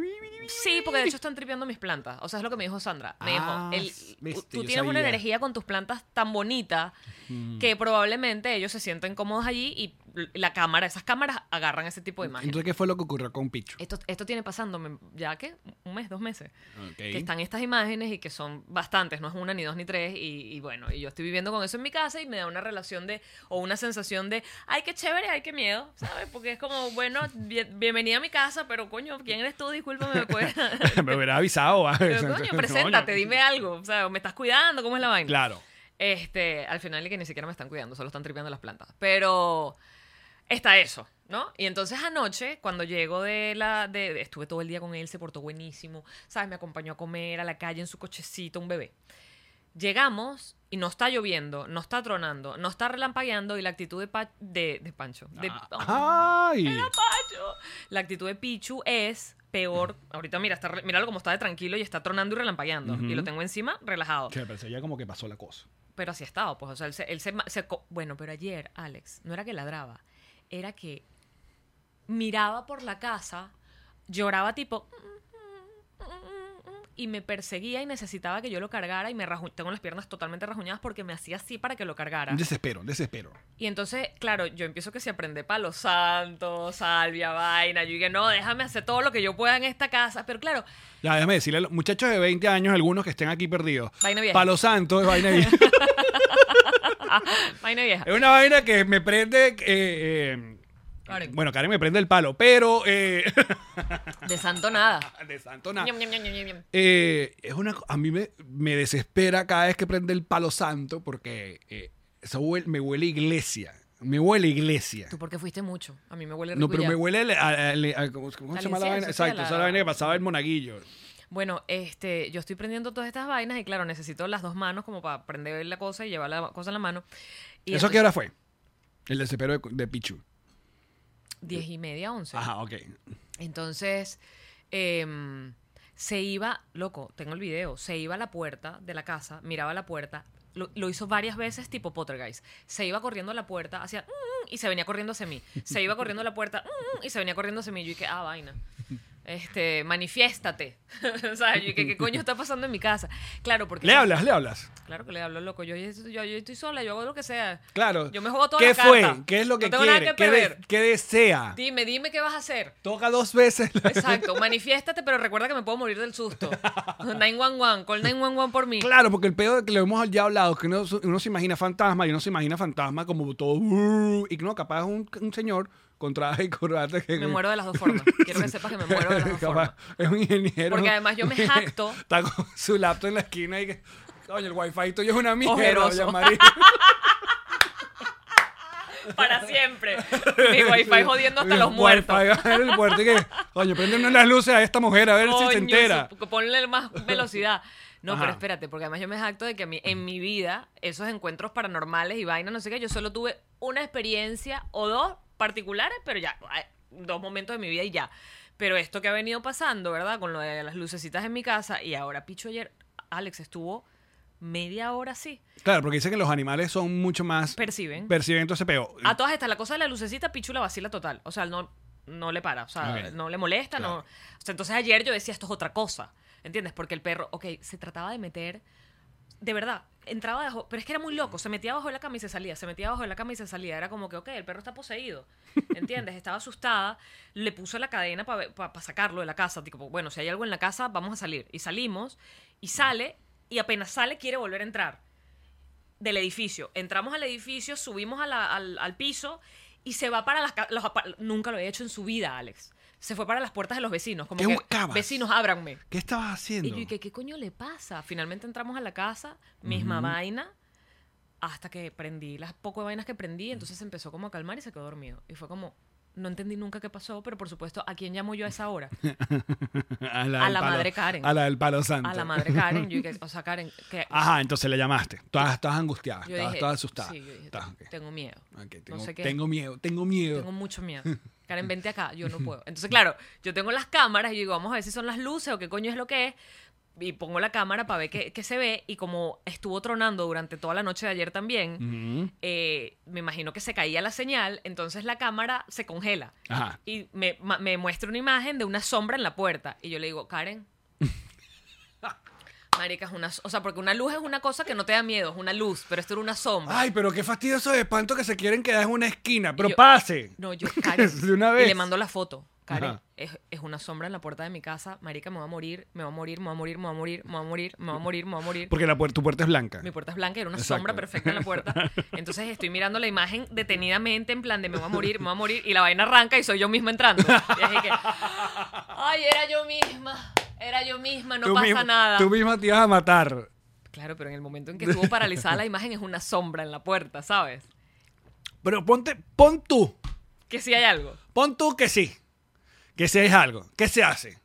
F: Sí, porque de hecho están tripeando mis plantas. O sea, es lo que me dijo Sandra. Me
C: Ah,
F: dijo,
C: s-
F: el-
C: viste,
F: tú
C: yo
F: tienes una
C: sabía.
F: energía con tus plantas tan bonita que probablemente ellos se sienten cómodos allí y la cámara, esas cámaras agarran ese tipo de imágenes.
C: Entonces, ¿qué fue lo que ocurrió con Pichu?
F: Esto, esto tiene pasándome ya que un mes, dos meses.
C: Ok.
F: Que están estas imágenes y que son bastantes, no es una, ni dos, ni tres. Y, y bueno, y yo estoy viviendo con eso en mi casa y me da una relación de, o una sensación de, ay, qué chévere, ay, qué miedo, ¿sabes? Porque es como, bueno, bien- bienvenida a mi casa, pero coño, ¿quién eres tú? Discúlpame, pues. me puedes.
C: me hubiera avisado. ¿va?
F: Pero, coño, preséntate,
C: Coño.
F: dime algo. O sea, me estás cuidando, ¿cómo es la vaina?
C: Claro.
F: Este, al final y que ni siquiera me están cuidando, solo están tripeando las plantas. Pero está eso, ¿no? Y entonces anoche, cuando llego de la... de- de- estuve todo el día con él, se portó buenísimo, ¿sabes? Me acompañó a comer a la calle en su cochecito, un bebé. Llegamos y no está lloviendo, no está tronando, no está relampagueando y la actitud de, Pa- de, de Pancho. de-
C: Ah. ¡Ay!
F: Pacho. La actitud de Pichu es peor. Ahorita mira, está, re- míralo como está de tranquilo y está tronando y relampagueando. Y lo tengo encima relajado.
C: Que me parece ya como que pasó la cosa.
F: Pero así ha estado, pues. O sea, él se, él se ma- se co- Bueno, pero ayer, Alex, no era que ladraba, era que miraba por la casa, lloraba tipo. Y me perseguía y necesitaba que yo lo cargara y me raju- tengo las piernas totalmente rajuñadas porque me hacía así para que lo cargara.
C: Un desespero, un desespero.
F: Y entonces, claro, yo empiezo que se aprende palo santo, salvia, vaina. Yo dije, no, déjame hacer todo lo que yo pueda en esta casa. Pero claro,
C: Ya, déjame decirle a los muchachos de 20 años, algunos que estén aquí perdidos.
F: Vaina vieja.
C: Palo santo es vaina vieja.
F: vaina vieja.
C: es una vaina que me prende... eh, eh,
F: Karen.
C: Bueno, Karen me prende el palo, pero... eh,
F: De santo nada.
C: de santo nada.
F: Ñam, ñam, ñam, ñam, ñam, ñam.
C: Eh, es una, co- a mí me, me desespera cada vez que prende el palo santo porque eh, eso huele- me huele a iglesia. Me huele a iglesia.
F: Tú porque fuiste mucho. A mí me huele rico
C: No, pero
F: ya.
C: me huele a, a- a- a- ¿cómo, cómo
F: Al
C: se llama la
F: incienso,
C: vaina?
F: sí, a
C: Exacto,
F: la-
C: esa es la vaina que pasaba el monaguillo.
F: Bueno, este, yo estoy prendiendo todas estas vainas y claro, necesito las dos manos como para prender la cosa y llevar la cosa en la mano. Y
C: ¿Eso a
F: entonces,
C: qué hora fue? El desespero de, de Pichu.
F: Diez y media, once.
C: Ajá, ok.
F: Entonces, em, se iba, loco, tengo el video, se iba a la puerta de la casa, miraba la puerta, lo, lo hizo varias veces tipo Pottergeist. Se iba corriendo a la puerta, hacía "Mm", y se venía corriendo hacia mí. Se iba corriendo a la puerta "Mm", y se venía corriendo hacia mí. Yo dije, ah, vaina. Este, manifiéstate. o sea, yo dije, ¿qué coño está pasando en mi casa? Claro, porque...
C: Le hablas, le hablas.
F: Claro que le hablo, loco. Yo, yo, yo estoy sola, yo hago lo que sea.
C: Claro.
F: Yo me juego toda
C: ¿Qué
F: la
C: fue?
F: carta.
C: ¿Qué es lo que
F: no tengo
C: quiere?
F: Nada que
C: ¿Qué, de-
F: perder.
C: qué desea?
F: Dime, dime qué vas a hacer.
C: Toca dos veces. la-
F: Exacto, manifiéstate, pero recuerda que me puedo morir del susto. 911, call 911 por mí.
C: Claro, porque el peor que lo hemos ya hablado, que uno, uno se imagina fantasma y uno se imagina fantasma como todo. uh, y que no, capaz un, un señor con traje y corbata que.
F: Me muero de las dos formas. Quiero que sepas que me muero de las dos
C: Capaz
F: formas.
C: Es un ingeniero.
F: Porque además yo me jacto.
C: Está con su laptop en la esquina y que. Coño, el wifi tuyo es una mierda.
F: Ojeroso.
C: doña María.
F: Para siempre. Mi wifi jodiendo hasta
C: El
F: los muertos.
C: wifi, El muerto y que. Coño, prende una de las luces a esta mujer a ver si
F: Coño,
C: se entera.
F: su- ponle más velocidad. No,
C: Ajá.
F: pero espérate, porque además yo me jacto de que a mí- en mi vida, esos encuentros paranormales y vainas, no sé qué, yo solo tuve una experiencia o dos particulares, pero ya, ay, dos momentos de mi vida y ya. Pero esto que ha venido pasando, ¿verdad? Con lo de las lucecitas en mi casa y ahora Picho ayer, Alex estuvo media hora así.
C: Claro, porque dicen que los animales son mucho más.
F: Perciben.
C: Perciben, entonces peor.
F: A todas estas, la cosa de la lucecita, Pichu la vacila total. O sea, no, no le para, o sea,
C: Ok.
F: no le molesta. No.
C: Claro.
F: O sea, entonces ayer yo decía, esto es otra cosa. ¿Entiendes? Porque el perro, ok, se trataba de meter. De verdad, entraba debajo. Pero es que era muy loco. Se metía bajo la cama y se salía. Se metía bajo la cama y se salía. Era como que, ok, el perro está poseído. ¿Entiendes? Estaba asustada. Le puso la cadena para sacarlo de la casa. Tipo, bueno, si hay algo en la casa, vamos a salir. Y salimos. Y sale. Y apenas sale, quiere volver a entrar del edificio. Entramos al edificio, subimos a la- al, al piso y se va para las... ca- Los, apa- nunca lo había hecho en su vida, Alex. Se fue para las puertas de los vecinos. Como
C: ¿Qué
F: que,
C: buscabas?
F: Vecinos, ábranme.
C: ¿Qué estabas haciendo?
F: Y yo, ¿y qué, qué coño le pasa? Finalmente entramos a la casa, misma vaina, hasta que prendí las poco de vainas que prendí, entonces se empezó como a calmar y se quedó dormido. Y fue como, no entendí nunca qué pasó, pero por supuesto, ¿a quién llamo yo a esa hora?
C: A la,
F: A
C: del
F: la
C: palo-
F: madre Karen.
C: A la del palo santo.
F: A la madre Karen. Yo, dije, o sea, Karen, que...
C: Ajá, entonces le llamaste. Todas, estabas angustiada,
F: Yo
C: estabas,
F: dije,
C: todas asustadas.
F: sí, yo dije,
C: Estabas, ok.
F: tengo miedo.
C: Ok,
F: no
C: tengo,
F: sé qué.
C: tengo miedo, tengo miedo.
F: Tengo mucho miedo. Karen, vente acá, yo no puedo. Entonces, claro, yo tengo las cámaras y yo digo, vamos a ver si son las luces o qué coño es lo que es. Y pongo la cámara para ver qué, qué se ve. Y como estuvo tronando durante toda la noche de ayer también,
C: Ujú.
F: eh, me imagino que se caía la señal, entonces la cámara se congela.
C: Ajá.
F: Y me, ma- me muestra una imagen de una sombra en la puerta. Y yo le digo, Karen. Marica, es una. s- O sea, porque una luz es una cosa que no te da miedo, es una luz, pero esto era una sombra.
C: Ay, pero qué fastidioso de espanto que se quieren quedar en una esquina. Pero
F: yo-
C: pase.
F: No, yo, Karen.
C: De una vez.
F: Y le mando la foto. Karen,
C: Ajá.
F: es, es una sombra en la puerta de mi casa. Marica, me va a morir, me va a morir, me va a morir, me va a morir, me va a morir, me va a morir, me va a morir.
C: Porque la puer- tu puerta es blanca.
F: Mi puerta es blanca, era una
C: Exacto.
F: sombra perfecta en la puerta. Entonces estoy mirando la imagen detenidamente, en plan de me voy a morir, me voy a morir, y la vaina arranca y soy yo misma entrando. Y así que, ay, era yo misma, era yo misma, no
C: Tú
F: pasa
C: misma-
F: nada.
C: Tú misma te ibas a matar.
F: Claro, pero en el momento en que estuvo paralizada la imagen es una sombra en la puerta, ¿sabes?
C: Pero ponte, pon tú,
F: Que sí hay algo.
C: pon tú que sí. Que sí es algo. ¿Qué se hace?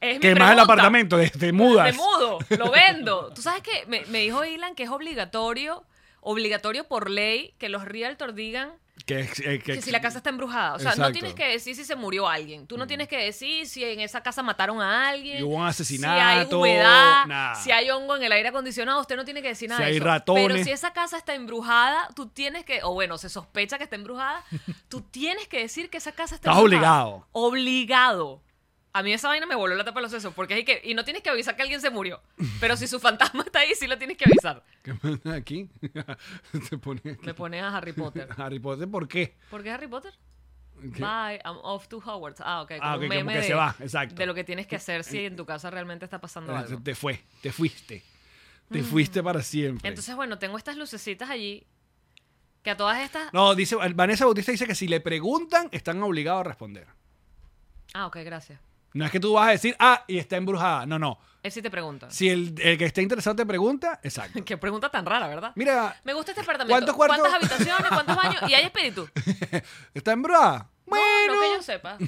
F: Es mi
C: Quemas el
F: pregunta.
C: apartamento, te, te mudas.
F: Me mudo, lo vendo. Tú sabes que me, me dijo Ilan que es obligatorio, obligatorio por ley, que los realtors digan
C: Que, ex- eh, que
F: que
C: ex-
F: si la casa está embrujada. O sea,
C: Exacto. Mm.
F: no tienes que decir si se murió alguien. Tú no tienes que decir si en esa casa mataron a alguien.
C: Y hubo un
F: Si hay
C: asesinato,
F: humedad,
C: nada.
F: si hay hongo en el aire acondicionado. Usted no tiene que decir nada
C: Si
F: de
C: hay
F: eso.
C: ratones.
F: Pero si esa casa está embrujada, tú tienes que, o bueno, se sospecha que está embrujada, tú tienes que decir que esa casa está
C: Estás
F: embrujada.
C: obligado.
F: Obligado. A mí esa vaina me voló la tapa de los sesos, porque es que, y no tienes que avisar que alguien se murió. Pero si su fantasma está ahí, sí lo tienes que avisar.
C: ¿Qué pasa aquí? Se pone aquí.
F: Me pones a Harry Potter.
C: Harry Potter, ¿por qué?
F: ¿Por qué Harry Potter?
C: ¿Qué?
F: Bye, I'm off to Hogwarts. Ah, ok.
C: Ah,
F: como un
C: ok, como
F: meme
C: que
F: de,
C: se va, exacto.
F: De lo que tienes que hacer si en tu casa realmente está pasando
C: Ah,
F: algo.
C: Te fue, te fuiste. Te fuiste para siempre.
F: Mm. Entonces, bueno, tengo estas lucecitas allí que a todas estas...
C: no, dice Vanessa Bautista dice que si le preguntan, están obligados a responder.
F: Ah, ok, gracias.
C: No es que tú vas a decir, ah, y está embrujada. No, no.
F: Él sí te pregunta.
C: Si el, el que está interesado te pregunta, exacto.
F: Qué pregunta tan rara, ¿verdad?
C: Mira,
F: Me gusta este apartamento.
C: ¿Cuántos cuartos?
F: ¿Cuántas habitaciones? ¿Cuántos baños? ¿Y hay espíritu?
C: ¿está embrujada?
F: No, no que
C: Bueno.
F: yo sepa.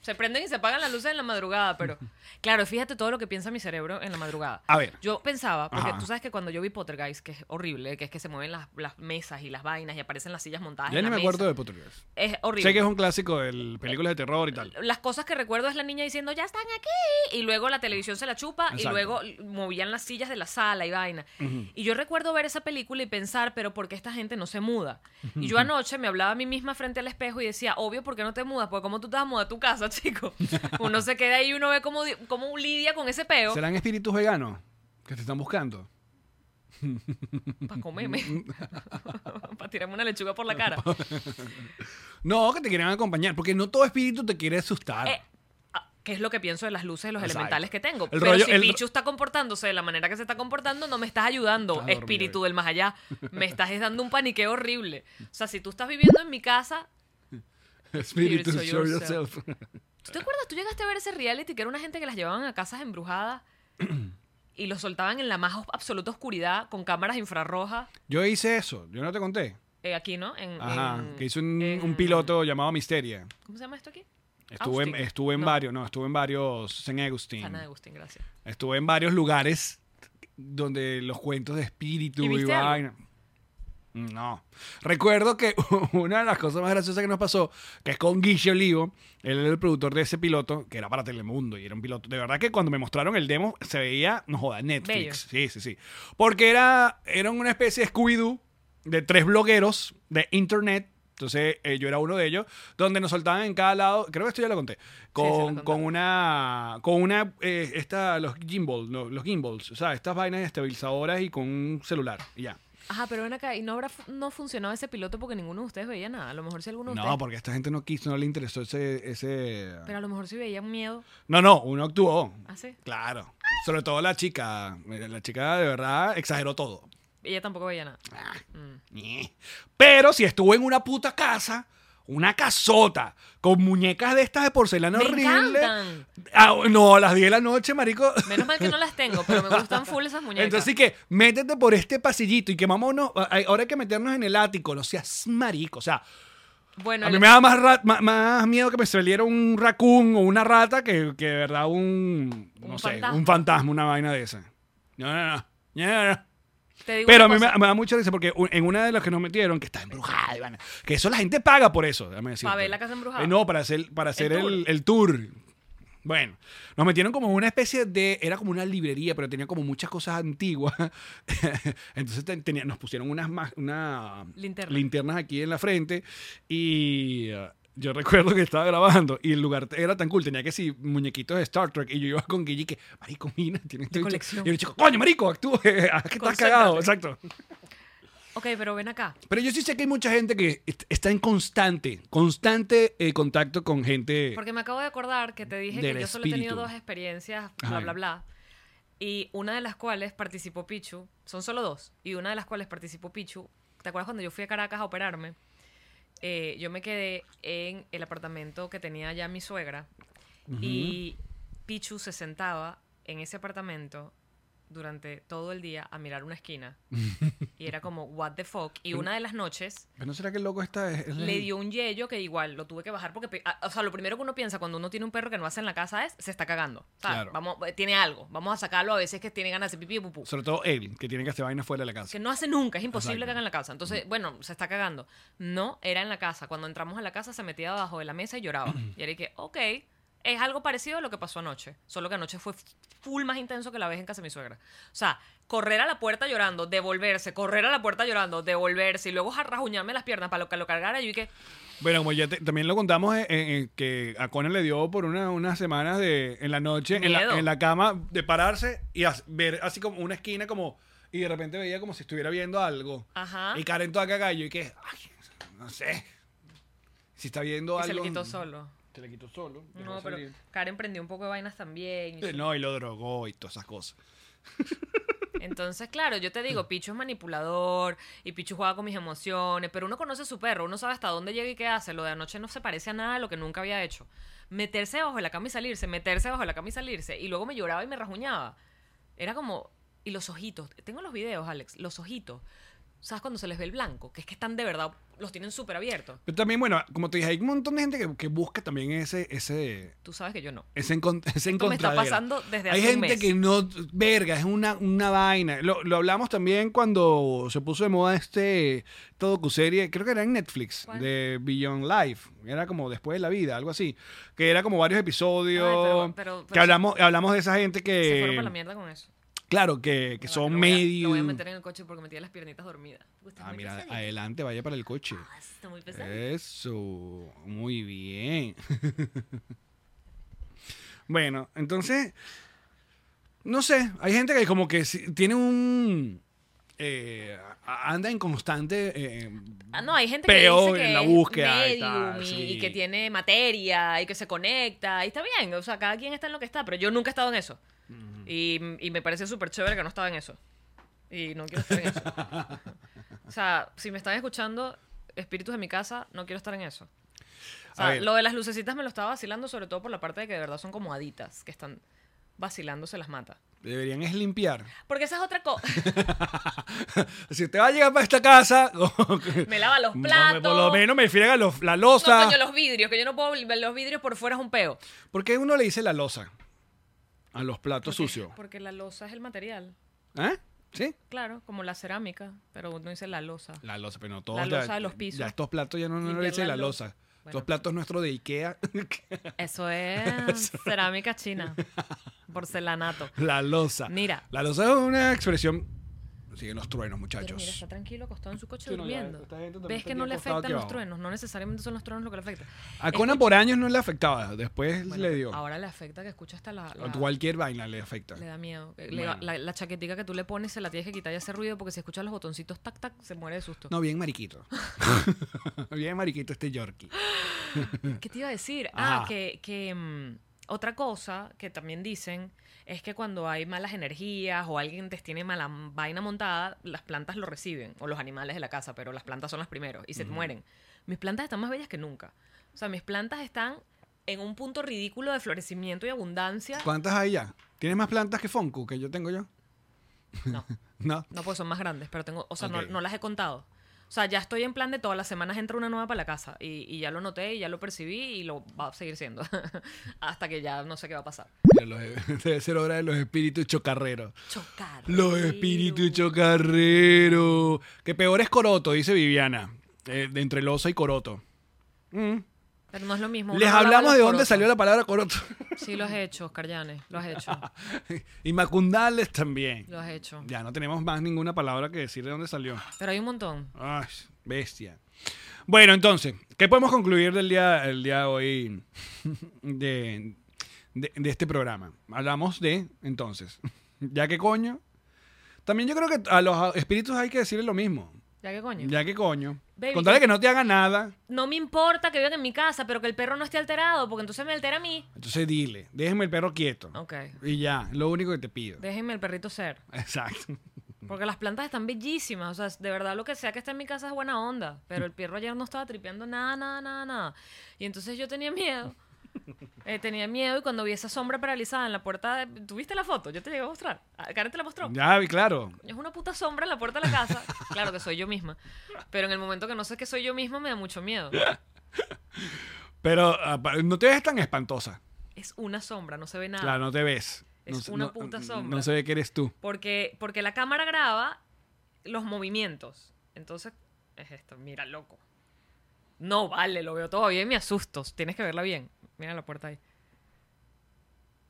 F: Se prenden y se apagan las luces en la madrugada, pero... Claro, fíjate todo lo que piensa mi cerebro en la madrugada.
C: A ver.
F: Yo pensaba, porque
C: Ajá.
F: tú sabes que cuando yo vi Pottergeist, que es horrible, que es que se mueven las, las mesas y las vainas y aparecen las sillas montadas
C: Ya
F: en
C: ni
F: la
C: me acuerdo
F: mesa.
C: de Potter Girls.
F: Es horrible.
C: Sé que es un clásico de películas de terror y tal.
F: Las cosas que recuerdo es la niña diciendo, ya están aquí. Y luego la televisión se la chupa
C: Exacto.
F: y luego movían las sillas de la sala y vaina. Y yo recuerdo ver esa película y pensar, pero ¿por qué esta gente no se muda? Y yo anoche me hablaba a mí misma frente al espejo y decía, obvio, ¿por qué no te mudas? Porque ¿cómo tú te vas a mudar a tu casa, chico? Uno se queda ahí y uno ve cómo, di- cómo lidia con ese peo
C: ¿Serán espíritus veganos que te están buscando?
F: para comerme, para tirarme una lechuga por la cara.
C: No, que te quieran acompañar, porque no todo espíritu te quiere asustar.
F: Eh, ah, ¿Qué es lo que pienso de las luces de los
C: Exacto.
F: elementales que tengo?
C: El
F: Pero
C: rollo-
F: si
C: el-
F: Pichu está comportándose de la manera que se está comportando, no me estás ayudando,
C: Estás dormido
F: espíritu
C: ahí.
F: del más allá. Me estás dando un paniqueo horrible. O sea, si tú estás viviendo en mi casa,
C: Espíritus,
F: Spirits,
C: show
F: show
C: yourself.
F: ¿tú te acuerdas? Tú llegaste a ver ese reality que era una gente que las llevaban a casas embrujadas y los soltaban en la más absoluta oscuridad con cámaras infrarrojas.
C: Yo hice eso, yo no te conté.
F: eh, aquí, ¿no? En,
C: Ajá,
F: en-
C: que hice un,
F: en-
C: un piloto llamado Misteria.
F: ¿Cómo se llama esto aquí?
C: Estuve en,
F: Austin.
C: estuve en
F: No,
C: varios, no, estuve en varios San Agustín.
F: San Agustín, gracias.
C: Estuve en varios lugares donde los cuentos de espíritu
F: ¿Y
C: y
F: viste algo?
C: vaina. No. Recuerdo que una de las cosas más graciosas que nos pasó, que es con Guille Olivo, él era el productor de ese piloto, que era para Telemundo y era un piloto. De verdad que cuando me mostraron el demo se veía, no joda, Netflix. Sí, sí, sí. Porque era, eran una especie de Scooby-Doo de tres blogueros de internet. Entonces eh, yo era uno de ellos, donde nos soltaban en cada lado, creo que esto ya lo conté, con,
F: contaste.
C: con una, con una, eh, esta, los gimbals, los, los gimbals, o sea, estas vainas estabilizadoras y con un celular, y ya.
F: Ajá, pero ven acá, y no habrá fu- no funcionaba ese piloto porque ninguno de ustedes veía nada. A lo mejor si alguno de
C: No,
F: ustedes.
C: porque esta gente no quiso, no le interesó ese... ese...
F: Pero a lo mejor si veían miedo.
C: No, no, uno actuó.
F: ¿Ah, sí?
C: Claro. Sobre todo la chica. eh, La chica de verdad exageró todo.
F: Ella tampoco veía nada. Mm.
C: Ñe. Pero si estuvo en una puta casa, una casota, con muñecas de estas de porcelana
F: Me
C: horrible.
F: encantan.
C: Ah, no, a las 10 de la noche, marico.
F: Menos mal que no las tengo, pero me gustan full esas muñecas.
C: Entonces sí que métete por este pasillito y que vámonos. ay, Ahora hay que meternos en el ático, no seas marico. O sea,
F: bueno,
C: a
F: el-
C: mí me da más, ra- ma- más miedo que me saliera un raccoon o una rata que, que de verdad un, no
F: Un
C: sé,
F: fantasma.
C: un fantasma, una vaina de esa. No, no, no. No, no, no.
F: te digo
C: Pero a
F: una
C: mí me,
F: cosa.
C: me da mucha risa porque un- en una de las que nos metieron, que está embrujada, y vaina, que eso la gente paga por eso, déjame decirte.
F: ver la casa embrujada?
C: Eh, no, para hacer, para hacer
F: tour?
C: el, el tour. Bueno, nos metieron como en una especie de, era como una librería, pero tenía como muchas cosas antiguas. Entonces ten- tenía- nos pusieron unas ma- una,
F: Linterna.
C: linternas aquí en la frente y... eh, yo recuerdo que estaba grabando y el lugar era tan cool, tenía que si muñequitos de Star Trek y yo iba con Guille que, marico, mira, tiene este bicho".
F: colección.
C: Y yo chico, coño, marico, actúa, haz que estás cagado, exacto.
F: Ok, pero ven acá.
C: Pero yo sí sé que hay mucha gente que est- está en constante, constante eh, contacto con gente.
F: Porque me acabo de acordar que te dije que
C: Del
F: yo solo he tenido
C: espíritu.
F: dos experiencias, bla,
C: Ajá.
F: bla, bla. Y una de las cuales participó Pichu. Son solo dos. Y una de las cuales participó Pichu. ¿Te acuerdas cuando yo fui a Caracas a operarme? Eh, yo me quedé en el apartamento que tenía ya mi suegra. Y Pichu se sentaba en ese apartamento durante todo el día a mirar una esquina. y era como, what the fuck. Y una de las noches
C: ¿Pero no será que el loco está... es- es
F: le
C: el-
F: dio un yello que igual lo tuve que bajar porque, pe- a- o sea, lo primero que uno piensa cuando uno tiene un perro que no hace en la casa es, se está cagando. ¿sabes?
C: Claro.
F: Vamos, eh, tiene algo. Vamos a sacarlo a veces que tiene ganas de pipí y pupú.
C: Sobre todo él, que tiene que hacer vaina fuera de la
F: Que
C: casa.
F: no hace nunca, es imposible
C: Exacto.
F: que haga en la casa. Entonces, bueno, se está cagando. No, era en la casa. Cuando entramos a la casa se metía abajo de la mesa y lloraba. y era que, ok, es algo parecido a lo que pasó anoche. Solo que anoche fue full más intenso que la vez en casa de mi suegra. O sea, correr a la puerta llorando, devolverse, correr a la puerta llorando, devolverse y luego rajuñarme las piernas para lo que lo cargara. Y yo dije,
C: Bueno, como ya te- también lo contamos, eh, eh, eh, que a Conan le dio por una- unas semanas de, en la noche, en
F: Miedo.
C: la, en la cama, de pararse y as- ver así como una esquina como... Y de repente veía como si estuviera viendo algo.
F: Ajá.
C: Y Karen toda cagallo y que... ay, no sé. Si está viendo
F: y se
C: algo...
F: le quitó solo.
C: Se le quitó solo. dejó
F: No, pero
C: salir.
F: Karen prendió un poco de vainas también. y
C: Eh, No, y lo drogó y todas esas cosas.
F: Entonces, claro, yo te digo, Pichu es manipulador y Pichu juega con mis emociones, pero uno conoce a su perro, uno sabe hasta dónde llega y qué hace. Lo de anoche no se parece a nada a lo que nunca había hecho. Meterse bajo la cama y salirse, meterse bajo la cama y salirse, y luego me lloraba y me rajuñaba. Era como, y los ojitos, tengo los videos, Alex, los ojitos. ¿Sabes cuando se les ve el blanco? Que es que están de verdad, los tienen súper abiertos.
C: Pero también, bueno, como te dije, hay un montón de gente que, que busca también ese, ese,
F: Tú sabes que yo no.
C: ese, encon- ese
F: Esto me está
C: encontradera.
F: pasando desde
C: Hay
F: hace un
C: gente
F: mes.
C: que no, verga, es una, una vaina. Lo, lo hablamos también cuando se puso de moda este todo docuserie, creo que era en Netflix,
F: ¿Cuál?
C: de Beyond Life. Era como Después de la Vida, algo así. Que era como varios episodios.
F: Ay, pero- pero-
C: que
F: pero-
C: hablamos, hablamos de esa gente
F: se fueron para la
C: que,
F: mierda con eso.
C: claro, que, que
F: Ya va,
C: son
F: lo voy a- Lo
C: medio...
F: voy a meter en el coche porque me tiene las piernitas dormidas. Uy, está
C: Ah,
F: muy
C: mira, Eh,
F: pesadito.
C: adelante, vaya para el coche.
F: Ah, está muy pesado.
C: Eso, muy bien. bueno, entonces, no sé, hay gente que como que si- tiene un... eh, a- anda en constante... eh,
F: Ah, no, hay gente
C: peo
F: que dice que
C: en la
F: es
C: búsqueda y
F: medium
C: tal,
F: y,
C: sí.
F: y que tiene materia y que se conecta. Y está bien, o sea, cada quien está en lo que está, pero yo nunca he estado en eso. y, y me parece súper chévere que no estaba en eso. Y no quiero estar en eso. o sea, si me están escuchando, espíritus de mi casa, no quiero estar en eso. O
C: A
F: sea,
C: ver.
F: lo de las lucecitas me lo estaba vacilando, sobre todo por la parte de que de verdad son como haditas, que están vacilándose las mata.
C: Deberían es limpiar.
F: Porque esa es otra cosa.
C: si usted va a llegar para esta casa...
F: Me lava los
C: no, Por lo
F: platos.
C: menos me friega los- la
F: No,
C: losa.
F: coño, los vidrios, que yo no puedo ver los vidrios por fuera es un peo.
C: ¿Por qué uno le dice la losa a los platos
F: Porque-
C: sucios?
F: Porque la losa es el material.
C: ¿Eh? ¿Sí?
F: Claro, como la cerámica, pero uno dice la losa.
C: La losa, pero no todos.
F: La
C: ya-
F: loza de los pisos.
C: Ya estos platos ya no, no le
F: Limpiar
C: dicen la
F: la lo-
C: losa. Estos
F: Bueno.
C: platos nuestros de Ikea.
F: Eso es cerámica china, porcelanato.
C: la losa.
F: Mira.
C: La losa es una expresión. Siguen los truenos,
F: Pero mira,
C: muchachos.
F: está tranquilo acostado en su coche
C: Sí, no, ya,
F: durmiendo.
C: esta gente también
F: Ves
C: está
F: que no
C: aquí acostado,
F: le afectan
C: aquí
F: los
C: abajo.
F: truenos, no necesariamente son los truenos lo que le afecta.
C: A Conan por años no le afectaba. Después
F: Bueno,
C: le dio.
F: Ahora le afecta que escucha hasta la... la-
C: Cualquier vaina le afecta.
F: le da miedo. Eh, le- la, la chaquetica que tú le pones se la tienes que quitar y hace ruido porque si escuchas los botoncitos tac tac se muere de susto.
C: No, bien mariquito. bien mariquito este Yorkie.
F: ¿Qué te iba a decir?
C: Ajá.
F: Ah, que, que, mm, otra cosa que también dicen es que cuando hay malas energías o alguien te tiene mala m- vaina montada, las plantas lo reciben, o los animales de la casa, pero las plantas son las primeros y se mueren. Mis plantas están más bellas que nunca. O sea, mis plantas están en un punto ridículo de florecimiento y abundancia.
C: ¿Cuántas hay ya? ¿Tienes más plantas que Fonku que yo tengo yo?
F: No,
C: No.
F: no, pues son más grandes, pero tengo, o sea, no-
C: Ok.
F: no, las he contado. O sea, ya estoy en plan de todas las semanas entra una nueva para la casa y, y ya lo noté y ya lo percibí y lo va a seguir siendo hasta que ya no sé qué va a pasar.
C: Mira, los- debe ser obra de los espíritus chocarreros.
F: Chocar.
C: Los espíritus chocarreros. Que peor es Coroto, dice Viviana. Eh, de entre losa y Coroto.
F: Pero no es lo mismo. uno
C: Les
F: no lava
C: hablamos
F: los
C: de dónde
F: porotos.
C: salió la palabra Coroto.
F: Sí, lo has hecho, Oscar Llanes. Lo has hecho.
C: y Macundales también.
F: Lo has hecho.
C: Ya no tenemos más ninguna palabra que decir de dónde salió.
F: Pero hay un montón.
C: Ay, bestia. Bueno, entonces, ¿qué podemos concluir del día, el día de hoy de, de- de este programa? Hablamos de, entonces, ¿ya que coño? También yo creo que a los espíritus hay que decirle lo mismo.
F: ¿Ya qué coño?
C: Ya que coño.
F: Baby,
C: Contale
F: yo-
C: que no te haga nada.
F: No me importa que vivan en mi casa, pero que el perro no esté alterado, porque entonces me altera a mí.
C: Entonces dile, déjeme el perro quieto.
F: Ok.
C: Y ya, lo único que te pido.
F: Déjenme el perrito ser.
C: Exacto.
F: Porque las plantas están bellísimas. O sea, de verdad lo que sea que está en mi casa es buena onda. Pero el perro ayer no estaba tripeando nada, nada, nada, nada. Y entonces yo tenía miedo. Eh, tenía miedo y cuando vi esa sombra paralizada en la puerta, de- ¿tuviste la foto? Yo te llegué a mostrar. Ah, Karen te la mostró.
C: Ya, vi, claro.
F: Es una puta sombra en la puerta de la casa. Claro que soy yo misma. Pero en el momento que no sé que soy yo misma, me da mucho miedo.
C: Pero ah, pa- no te ves tan espantosa.
F: Es una sombra, no se ve nada.
C: Claro, no te ves.
F: Ah. Es
C: No se-
F: una
C: no-
F: puta
C: no-
F: sombra.
C: No se ve que eres tú.
F: Porque, porque la cámara graba los movimientos. Entonces, es esto, mira, loco. No vale, lo veo todavía y me asusto. Tienes que verla bien. Mira la puerta ahí.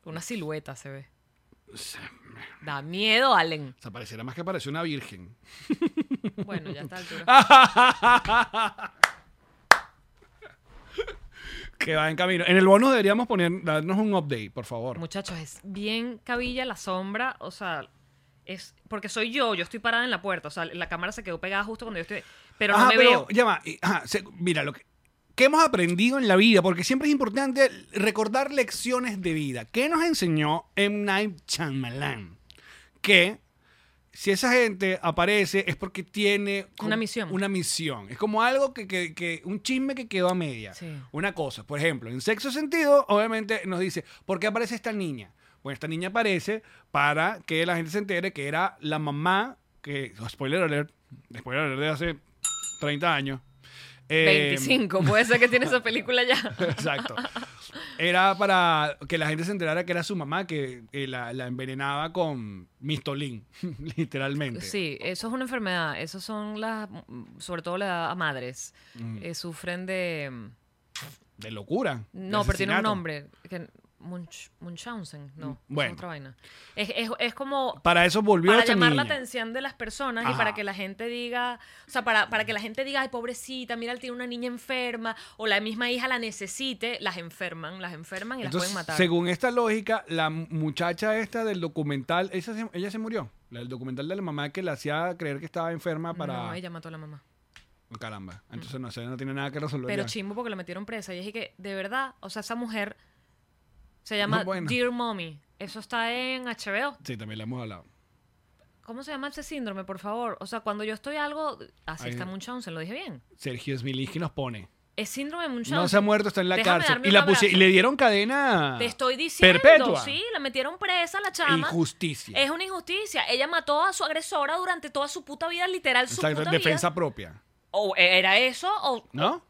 F: Una silueta se ve. Da miedo, Allen.
C: O sea, pareciera más que parece una virgen.
F: Bueno, ya está altura.
C: que va en camino. En el bono deberíamos poner, darnos un update, por favor.
F: Muchachos, es bien cabilla la sombra, o sea, es porque soy yo, yo estoy parada en la puerta, o sea, la cámara se quedó pegada justo cuando yo estoy, pero no
C: Ajá,
F: me veo.
C: ya va, y- ajá, se- mira, lo que, ¿qué hemos aprendido en la vida? Porque siempre es importante recordar lecciones de vida. ¿Qué nos enseñó M. Night Shyamalan? Que si esa gente aparece es porque tiene como-
F: Una misión.
C: Una misión. Es como algo que, que- que- un chisme que quedó a media.
F: Sí.
C: Una cosa, por ejemplo, en sexo sentido, obviamente nos dice, ¿por qué aparece esta niña? Bueno, esta niña aparece para que la gente se entere que era la mamá que, spoiler alert, spoiler alert de hace 30 años. Eh,
F: 25, puede ser que tiene esa película ya.
C: Exacto. Era para que la gente se enterara que era su mamá que eh, la, la envenenaba con mistolín, literalmente.
F: Sí, eso es una enfermedad, eso son las sobre todo las madres
C: Mm.
F: eh, sufren de
C: De locura. de
F: no, pero tiene un
C: asesinato.
F: nombre que Munch- Munchausen, no,
C: Bueno.
F: es otra vaina. Es, es, es como
C: Para eso volvió
F: para
C: esta
F: llamar la
C: niña.
F: atención de las personas y
C: Ajá.
F: para que la gente diga, o sea, para, para que la gente diga, ay, pobrecita, mira, él tiene una niña enferma, o la misma hija la necesite, las enferman, las enferman y
C: Entonces,
F: las pueden matar.
C: según esta lógica, la muchacha esta del documental, esa se- ella se murió. La del documental de la mamá que la hacía creer que estaba enferma para... Oh,
F: No, ella mató a la mamá.
C: Caramba. Entonces, no, sé, no tiene nada que resolver.
F: Pero
C: ya.
F: chimbo porque la metieron presa. Y dije que, de verdad, o sea, esa mujer se llama
C: No, bueno.
F: Dear Mommy. Eso está en HBO.
C: Sí, también la hemos hablado.
F: ¿Cómo se llama ese síndrome, por favor? O sea, cuando yo estoy algo... Así
C: Ahí.
F: está Munchausen, lo dije bien.
C: Sergio Smilinski nos pone.
F: Es síndrome de Munchausen.
C: No se ha muerto, está en la
F: Déjame
C: cárcel.
F: darme
C: Y,
F: un
C: la puse-
F: abrazo.
C: y le dieron cadena
F: Te estoy diciendo.
C: Ah. perpetua.
F: Sí, la metieron presa la chama.
C: Injusticia.
F: Es una injusticia. Ella mató a su agresora durante toda su puta vida, literal, su
C: Exacto,
F: puta
C: defensa
F: vida.
C: propia.
F: O e, era eso, o
C: ¿No?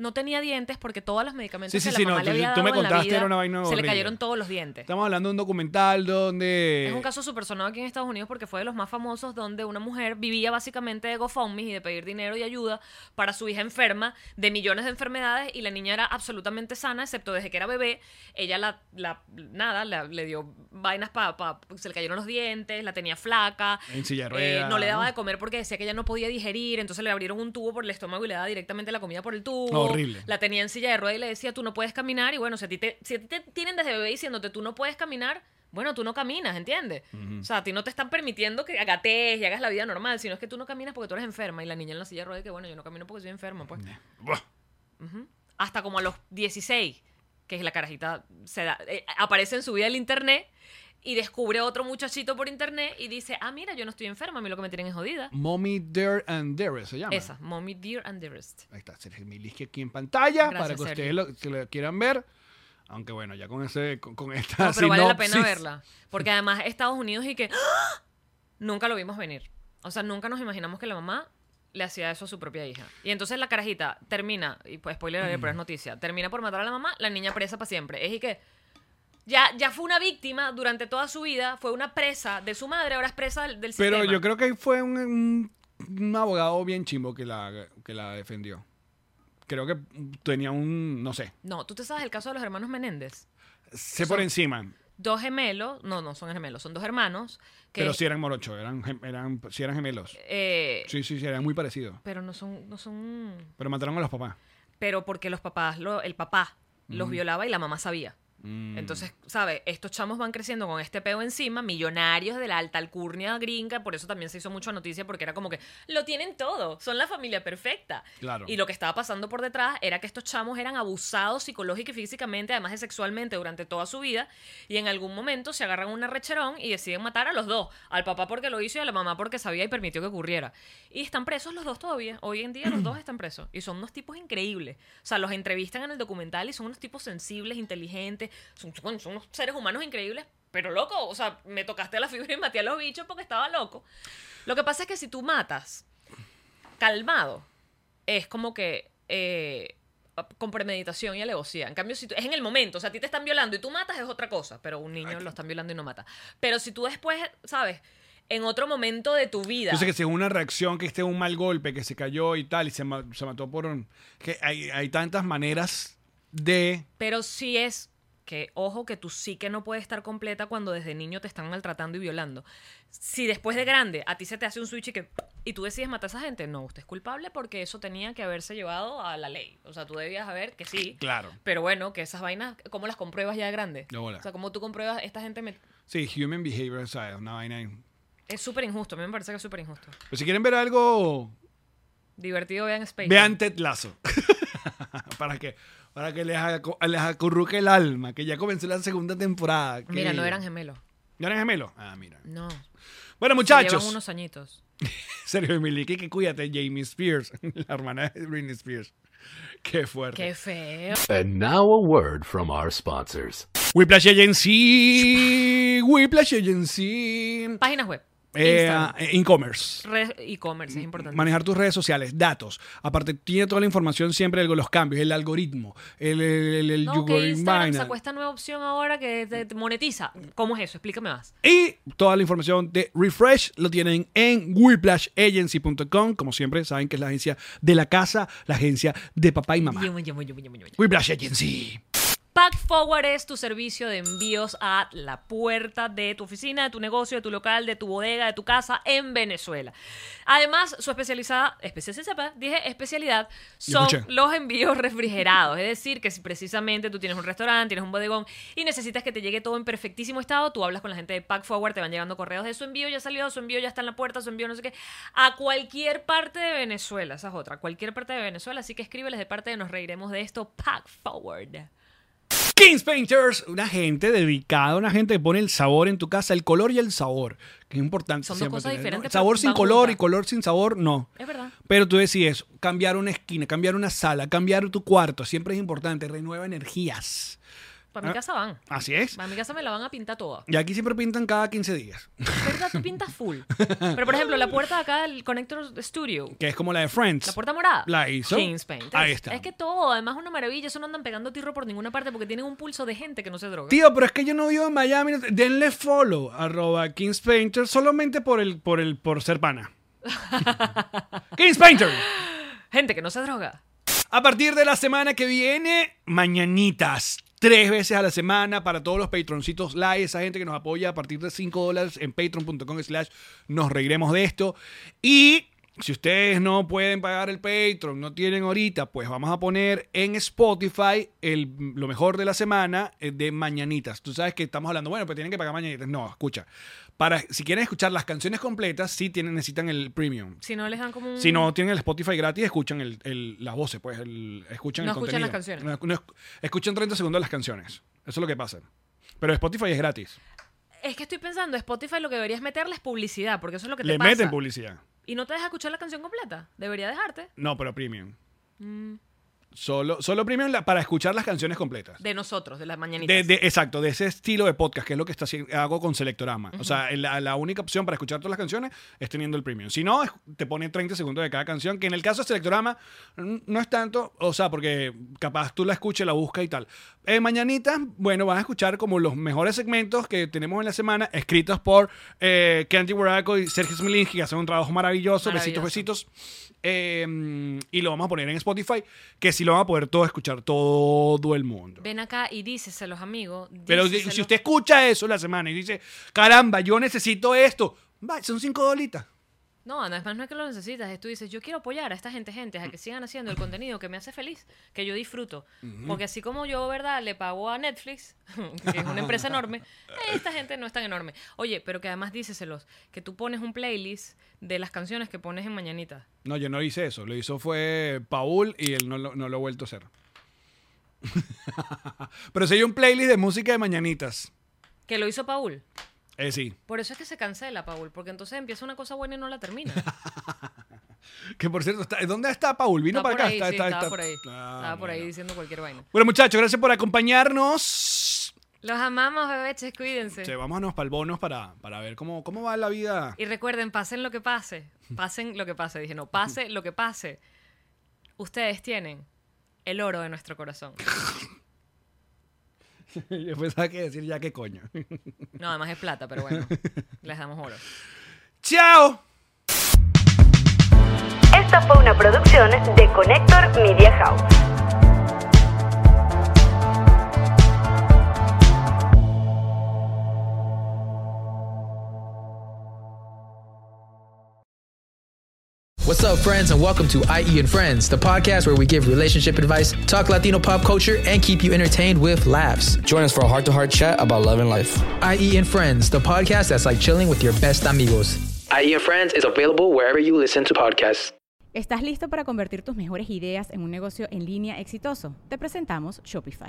F: no tenía dientes porque todos los medicamentos
C: Sí, sí,
F: que
C: sí,
F: la
C: no,
F: mamá
C: tú-
F: le había
C: tú
F: dado
C: me
F: en la
C: contaste,
F: vida,
C: era una vaina
F: se le
C: horrible.
F: cayeron todos los dientes.
C: Estamos hablando de un documental donde.
F: Es un caso súper sonado aquí en Estados Unidos porque fue de los más famosos donde una mujer vivía básicamente de GoFundMe y de pedir dinero y ayuda para su hija enferma de millones de enfermedades y la niña era absolutamente sana, excepto desde que era bebé. Ella la, la- nada, la- le dio vainas para, se le cayeron los dientes, la tenía flaca.
C: En silla de
F: eh,
C: ruedas,
F: no le daba
C: ¿no?
F: de comer porque decía que ella no podía digerir, entonces le abrieron un tubo por el estómago y le daba directamente la comida por el tubo.
C: Horrible.
F: La tenía en silla de ruedas y le decía, tú no puedes caminar. Y bueno, si a ti te, si a ti te tienen desde bebé diciéndote, tú no puedes caminar, bueno, tú no caminas, ¿entiendes? O sea, a ti no te están permitiendo que agatees y hagas la vida normal, sino es que tú no caminas porque tú eres enferma. Y la niña en la silla de ruedas, que bueno, yo no camino porque soy enferma, pues.
C: Buah.
F: Ujú. Hasta como a los 16, que es la carajita, se da- eh, aparece en su vida el internet y descubre a otro muchachito por internet y dice, ah, mira, yo no estoy enferma, a mí lo que me tienen es jodida.
C: Mommy Dare and Dare se llama.
F: Esa, Mommy Dear and Dearest.
C: Ahí está, Sergio Miliski aquí en pantalla
F: Gracias,
C: para que ustedes
F: Sergio.
C: lo, que lo quieran ver. Aunque bueno, ya con ese con, con esta
F: No, pero vale la
C: sinopsis,
F: pena verla. Porque además Estados Unidos y que ¡ah! nunca lo vimos venir. O sea, nunca nos imaginamos que la mamá le hacía eso a su propia hija. Y entonces la carajita termina, y pues spoiler alert, pero es noticia, termina por matar a la mamá, la niña presa para siempre. Es y que ya, ya fue una víctima durante toda su vida, fue una presa de su madre, ahora es presa del, del
C: Pero
F: sistema.
C: yo creo que ahí fue un, un- un abogado bien chimbo que la, que la defendió. Creo que tenía un, no sé,
F: No, tú te sabes el caso de los hermanos Menéndez.
C: sé por encima.
F: Dos gemelos, no, no son gemelos, son dos hermanos que...
C: Pero sí eran morochos, eran, gem- eran, sí eran gemelos.
F: eh,
C: Sí, sí, sí, eran muy parecidos.
F: Pero no son, no son
C: Pero mataron a los papás.
F: pero porque los papás, lo- el papá los violaba y la mamá sabía. Entonces, ¿sabes? Estos chamos van creciendo con este peo encima, millonarios de la alta alcurnia gringa, por eso también se hizo mucha noticia porque era como que lo tienen todo, son la familia perfecta.
C: Claro.
F: Y lo que estaba pasando por detrás era que estos chamos eran abusados psicológica y físicamente, además de sexualmente, durante toda su vida, y en algún momento se agarran un arrecherón y deciden matar a los dos, al papá porque lo hizo y a la mamá porque sabía y permitió que ocurriera. Y están presos los dos todavía, hoy en día los dos están presos, y son unos tipos increíbles. O sea, los entrevistan en el documental y son unos tipos sensibles, inteligentes, son, son- son unos seres humanos increíbles, pero loco, o sea, me tocaste la fibra y maté a los bichos porque estaba loco. Lo que pasa es que si tú matas calmado, es como que eh, con premeditación y alevosía. En cambio, si tú- es en el momento, o sea, a ti te están violando y tú matas es otra cosa, pero un niño lo están violando y no mata. Pero si tú después, ¿sabes? En otro momento de tu vida.
C: Yo sé que si es una reacción, que este un mal golpe, que se cayó y tal, y se, ma- se mató por un... Que hay, hay tantas maneras de...
F: Pero sí es que, ojo, que tu psique no puede estar completa cuando desde niño te están maltratando y violando. Si después de grande a ti se te hace un switch y que y tú decides matar a esa gente, no, usted es culpable porque eso tenía que haberse llevado a la ley. O sea, tú debías haber que sí.
C: Claro.
F: Pero bueno, que esas vainas, ¿cómo las compruebas ya de grande?
C: De bola.
F: O sea, ¿cómo tú compruebas esta gente? me-
C: Sí, human behavior, o sea, es una vaina...
F: Es súper injusto, a mí me parece que es súper injusto.
C: Pero si quieren ver algo,
F: Divertido, vean Space.
C: vean Ted Lasso. para que, para que les, aco- les acurruque el alma, que ya comenzó la segunda temporada. Qué
F: Mira, no
C: bello.
F: eran gemelos.
C: ¿No eran gemelos? Ah, mira.
F: No.
C: Bueno,
F: Llevan
C: muchachos.
F: unos añitos.
C: Sergio Emiliki, que cuídate, Jamie Spears, la hermana de Britney Spears. Qué fuerte.
F: Qué feo.
G: And now a word from our sponsors.
C: Whiplash Agency, Whiplash Agency,
F: Páginas web.
C: Eh,
F: Instagram,
C: eh, e-commerce.
F: red- E-commerce, es importante.
C: Manejar tus redes sociales, datos. Aparte, tiene toda la información siempre de los cambios, el algoritmo, el, el, el- el
F: No, que
C: algoritmo
F: Instagram
C: vaina.
F: sacó esta nueva opción ahora que te- te monetiza. ¿Cómo es eso? Explícame más.
C: Y toda la información de Refresh lo tienen en whiplashagency.com. Como siempre, saben que es la agencia de la casa, la agencia de papá y mamá.
F: Yum, yum, yum, yum, yum, yum.
C: Whiplash Agency.
F: Pack Forward es tu servicio de envíos a la puerta de tu oficina, de tu negocio, de tu local, de tu bodega, de tu casa en Venezuela. Además, su especializada, especialidad, sepa, dije especialidad,
C: Yo
F: son
C: escuché.
F: los envíos refrigerados. Es decir, que si precisamente tú tienes un restaurante, tienes un bodegón y necesitas que te llegue todo en perfectísimo estado, tú hablas con la gente de Pack Forward, te van llegando correos de su envío ya salió, su envío ya está en la puerta, su envío no sé qué, a cualquier parte de Venezuela. Esa es otra, cualquier parte de Venezuela. Así que escríbeles de parte de Nos Reiremos de esto, Pack Forward.
C: Kings Painters, una gente dedicada, una gente que pone el sabor en tu casa, el color y el sabor, que es importante.
F: Son dos
C: siempre
F: cosas
C: tener, ¿no?
F: diferentes, pero
C: Sabor sin
F: van
C: color
F: juntas.
C: y color sin sabor, no.
F: Es verdad.
C: Pero tú decides cambiar una esquina, cambiar una sala, cambiar tu cuarto, siempre es importante, renueva energías.
F: Para mi
C: Ah.
F: casa van.
C: Así es.
F: Para mi casa me la van a pintar toda.
C: Y aquí siempre pintan cada 15 días,
F: ¿Verdad? Tú pintas full. Pero, por ejemplo, la puerta de acá del Connector Studio.
C: que es como la de
F: La
C: Friends.
F: puerta morada.
C: La hizo.
F: Kings Painters.
C: Ahí está.
F: Es que todo, además es una maravilla. Eso no andan pegando tirro por ninguna parte porque tienen un pulso de gente que no se droga.
C: Tío, pero es que yo no vivo en Miami. no sé- Denle follow arroba Kings Painters solamente por el por el por ser pana. Kings Painters.
F: Gente que no se droga.
C: A partir de la semana que viene, mañanitas. Tres veces a la semana para todos los patroncitos live, esa gente que nos apoya a partir de 5 dólares en patreon.com slash nos reiremos de esto. Y si ustedes no pueden pagar el Patreon, no tienen ahorita, pues vamos a poner en Spotify el, lo mejor de la semana eh, de mañanitas. Tú sabes que estamos hablando, bueno, pues tienen que pagar mañanitas. No, escucha. Para, si quieren escuchar las canciones completas, sí tienen, necesitan el premium.
F: Si no les dan como un.
C: Si no tienen el Spotify gratis, escuchan el, el- las voces, pues, el- escuchan
F: No
C: el
F: escuchan
C: contenido.
F: las canciones.
C: No, no esc- escuchan 30 segundos las canciones. Eso es lo que pasa. Pero Spotify es gratis.
F: Es que estoy pensando, Spotify lo que deberías meterle es publicidad porque eso es lo que te
C: Le
F: pasa.
C: meten publicidad.
F: Y no te deja escuchar la canción completa. Debería dejarte.
C: No, pero premium.
F: Mm.
C: Solo, solo premium la- para escuchar las canciones completas.
F: De nosotros, de las mañanitas.
C: De, de- exacto, de ese estilo de podcast, que es lo que está, haci- hago con Selectorama. O sea, la, la única opción para escuchar todas las canciones es teniendo el premium. Si no, es- te pone 30 segundos de cada canción, que en el caso de Selectorama mm, no es tanto, o sea, porque capaz tú la escuches, la buscas y tal. Eh, mañanita, bueno, vas a escuchar como los mejores segmentos que tenemos en la semana, escritos por eh, Candy Buraco y Sergio Smilinski, que hacen un trabajo maravilloso,
F: Maravilloso.
C: besitos, besitos. Eh, y lo vamos a poner en Spotify, que sí lo van a poder todo escuchar todo el mundo.
F: Ven acá y díceselos, amigo.
C: Pero si-
F: díceselos.
C: si usted escucha eso la semana y dice, caramba, yo necesito esto, va, son cinco dolitas.
F: No, además no es que lo necesitas, es tú dices, yo quiero apoyar a esta gente, gente,
C: Mm.
F: a que sigan haciendo el contenido que me hace feliz, que yo disfruto.
C: Ujú.
F: Porque así como yo, ¿verdad? Le pago a Netflix, que es una empresa enorme, eh, esta gente no es tan enorme. Oye, pero que además díceselos, que tú pones un playlist de las canciones que pones en Mañanita.
C: No, yo no hice eso. Lo hizo fue Paul y él no lo, no lo ha vuelto a hacer. Pero sí hay un playlist de música de mañanitas.
F: Que lo hizo Paul.
C: Eh, sí.
F: Por eso es que se cancela, Paul, porque entonces empieza una cosa buena y no la termina.
C: Que por cierto, está- ¿dónde está Paul? Vino
F: Estaba
C: para
F: por
C: acá. Está-
F: ahí, sí,
C: está-
F: estaba
C: está-
F: por ahí.
C: Ah,
F: estaba por ahí
C: bueno.
F: diciendo cualquier vaina.
C: Bueno, muchachos, gracias por acompañarnos.
F: Los amamos, bebeches, cuídense.
C: Che, vámonos para el bonus para, para ver cómo, cómo va la vida.
F: Y recuerden, pasen lo que pase. Pasen lo que pase. Dije, no, pase lo que pase. Ustedes tienen el oro de nuestro corazón.
C: Yo pensaba que decir ya qué coño.
F: No, además es plata, pero bueno, les damos oro.
C: ¡Chao!
E: Esta fue una producción de Connector Media House.
H: What's up, friends, and welcome to IE and Friends, the podcast where we give relationship advice, talk Latino pop culture, and keep you entertained with laughs. Join us for a heart to heart chat about love and life. IE and Friends, the podcast that's like chilling with your best amigos. IE E and Friends is available wherever you listen to podcasts.
I: ¿Estás listo para convertir tus mejores ideas en un negocio en línea exitoso? Te presentamos Shopify.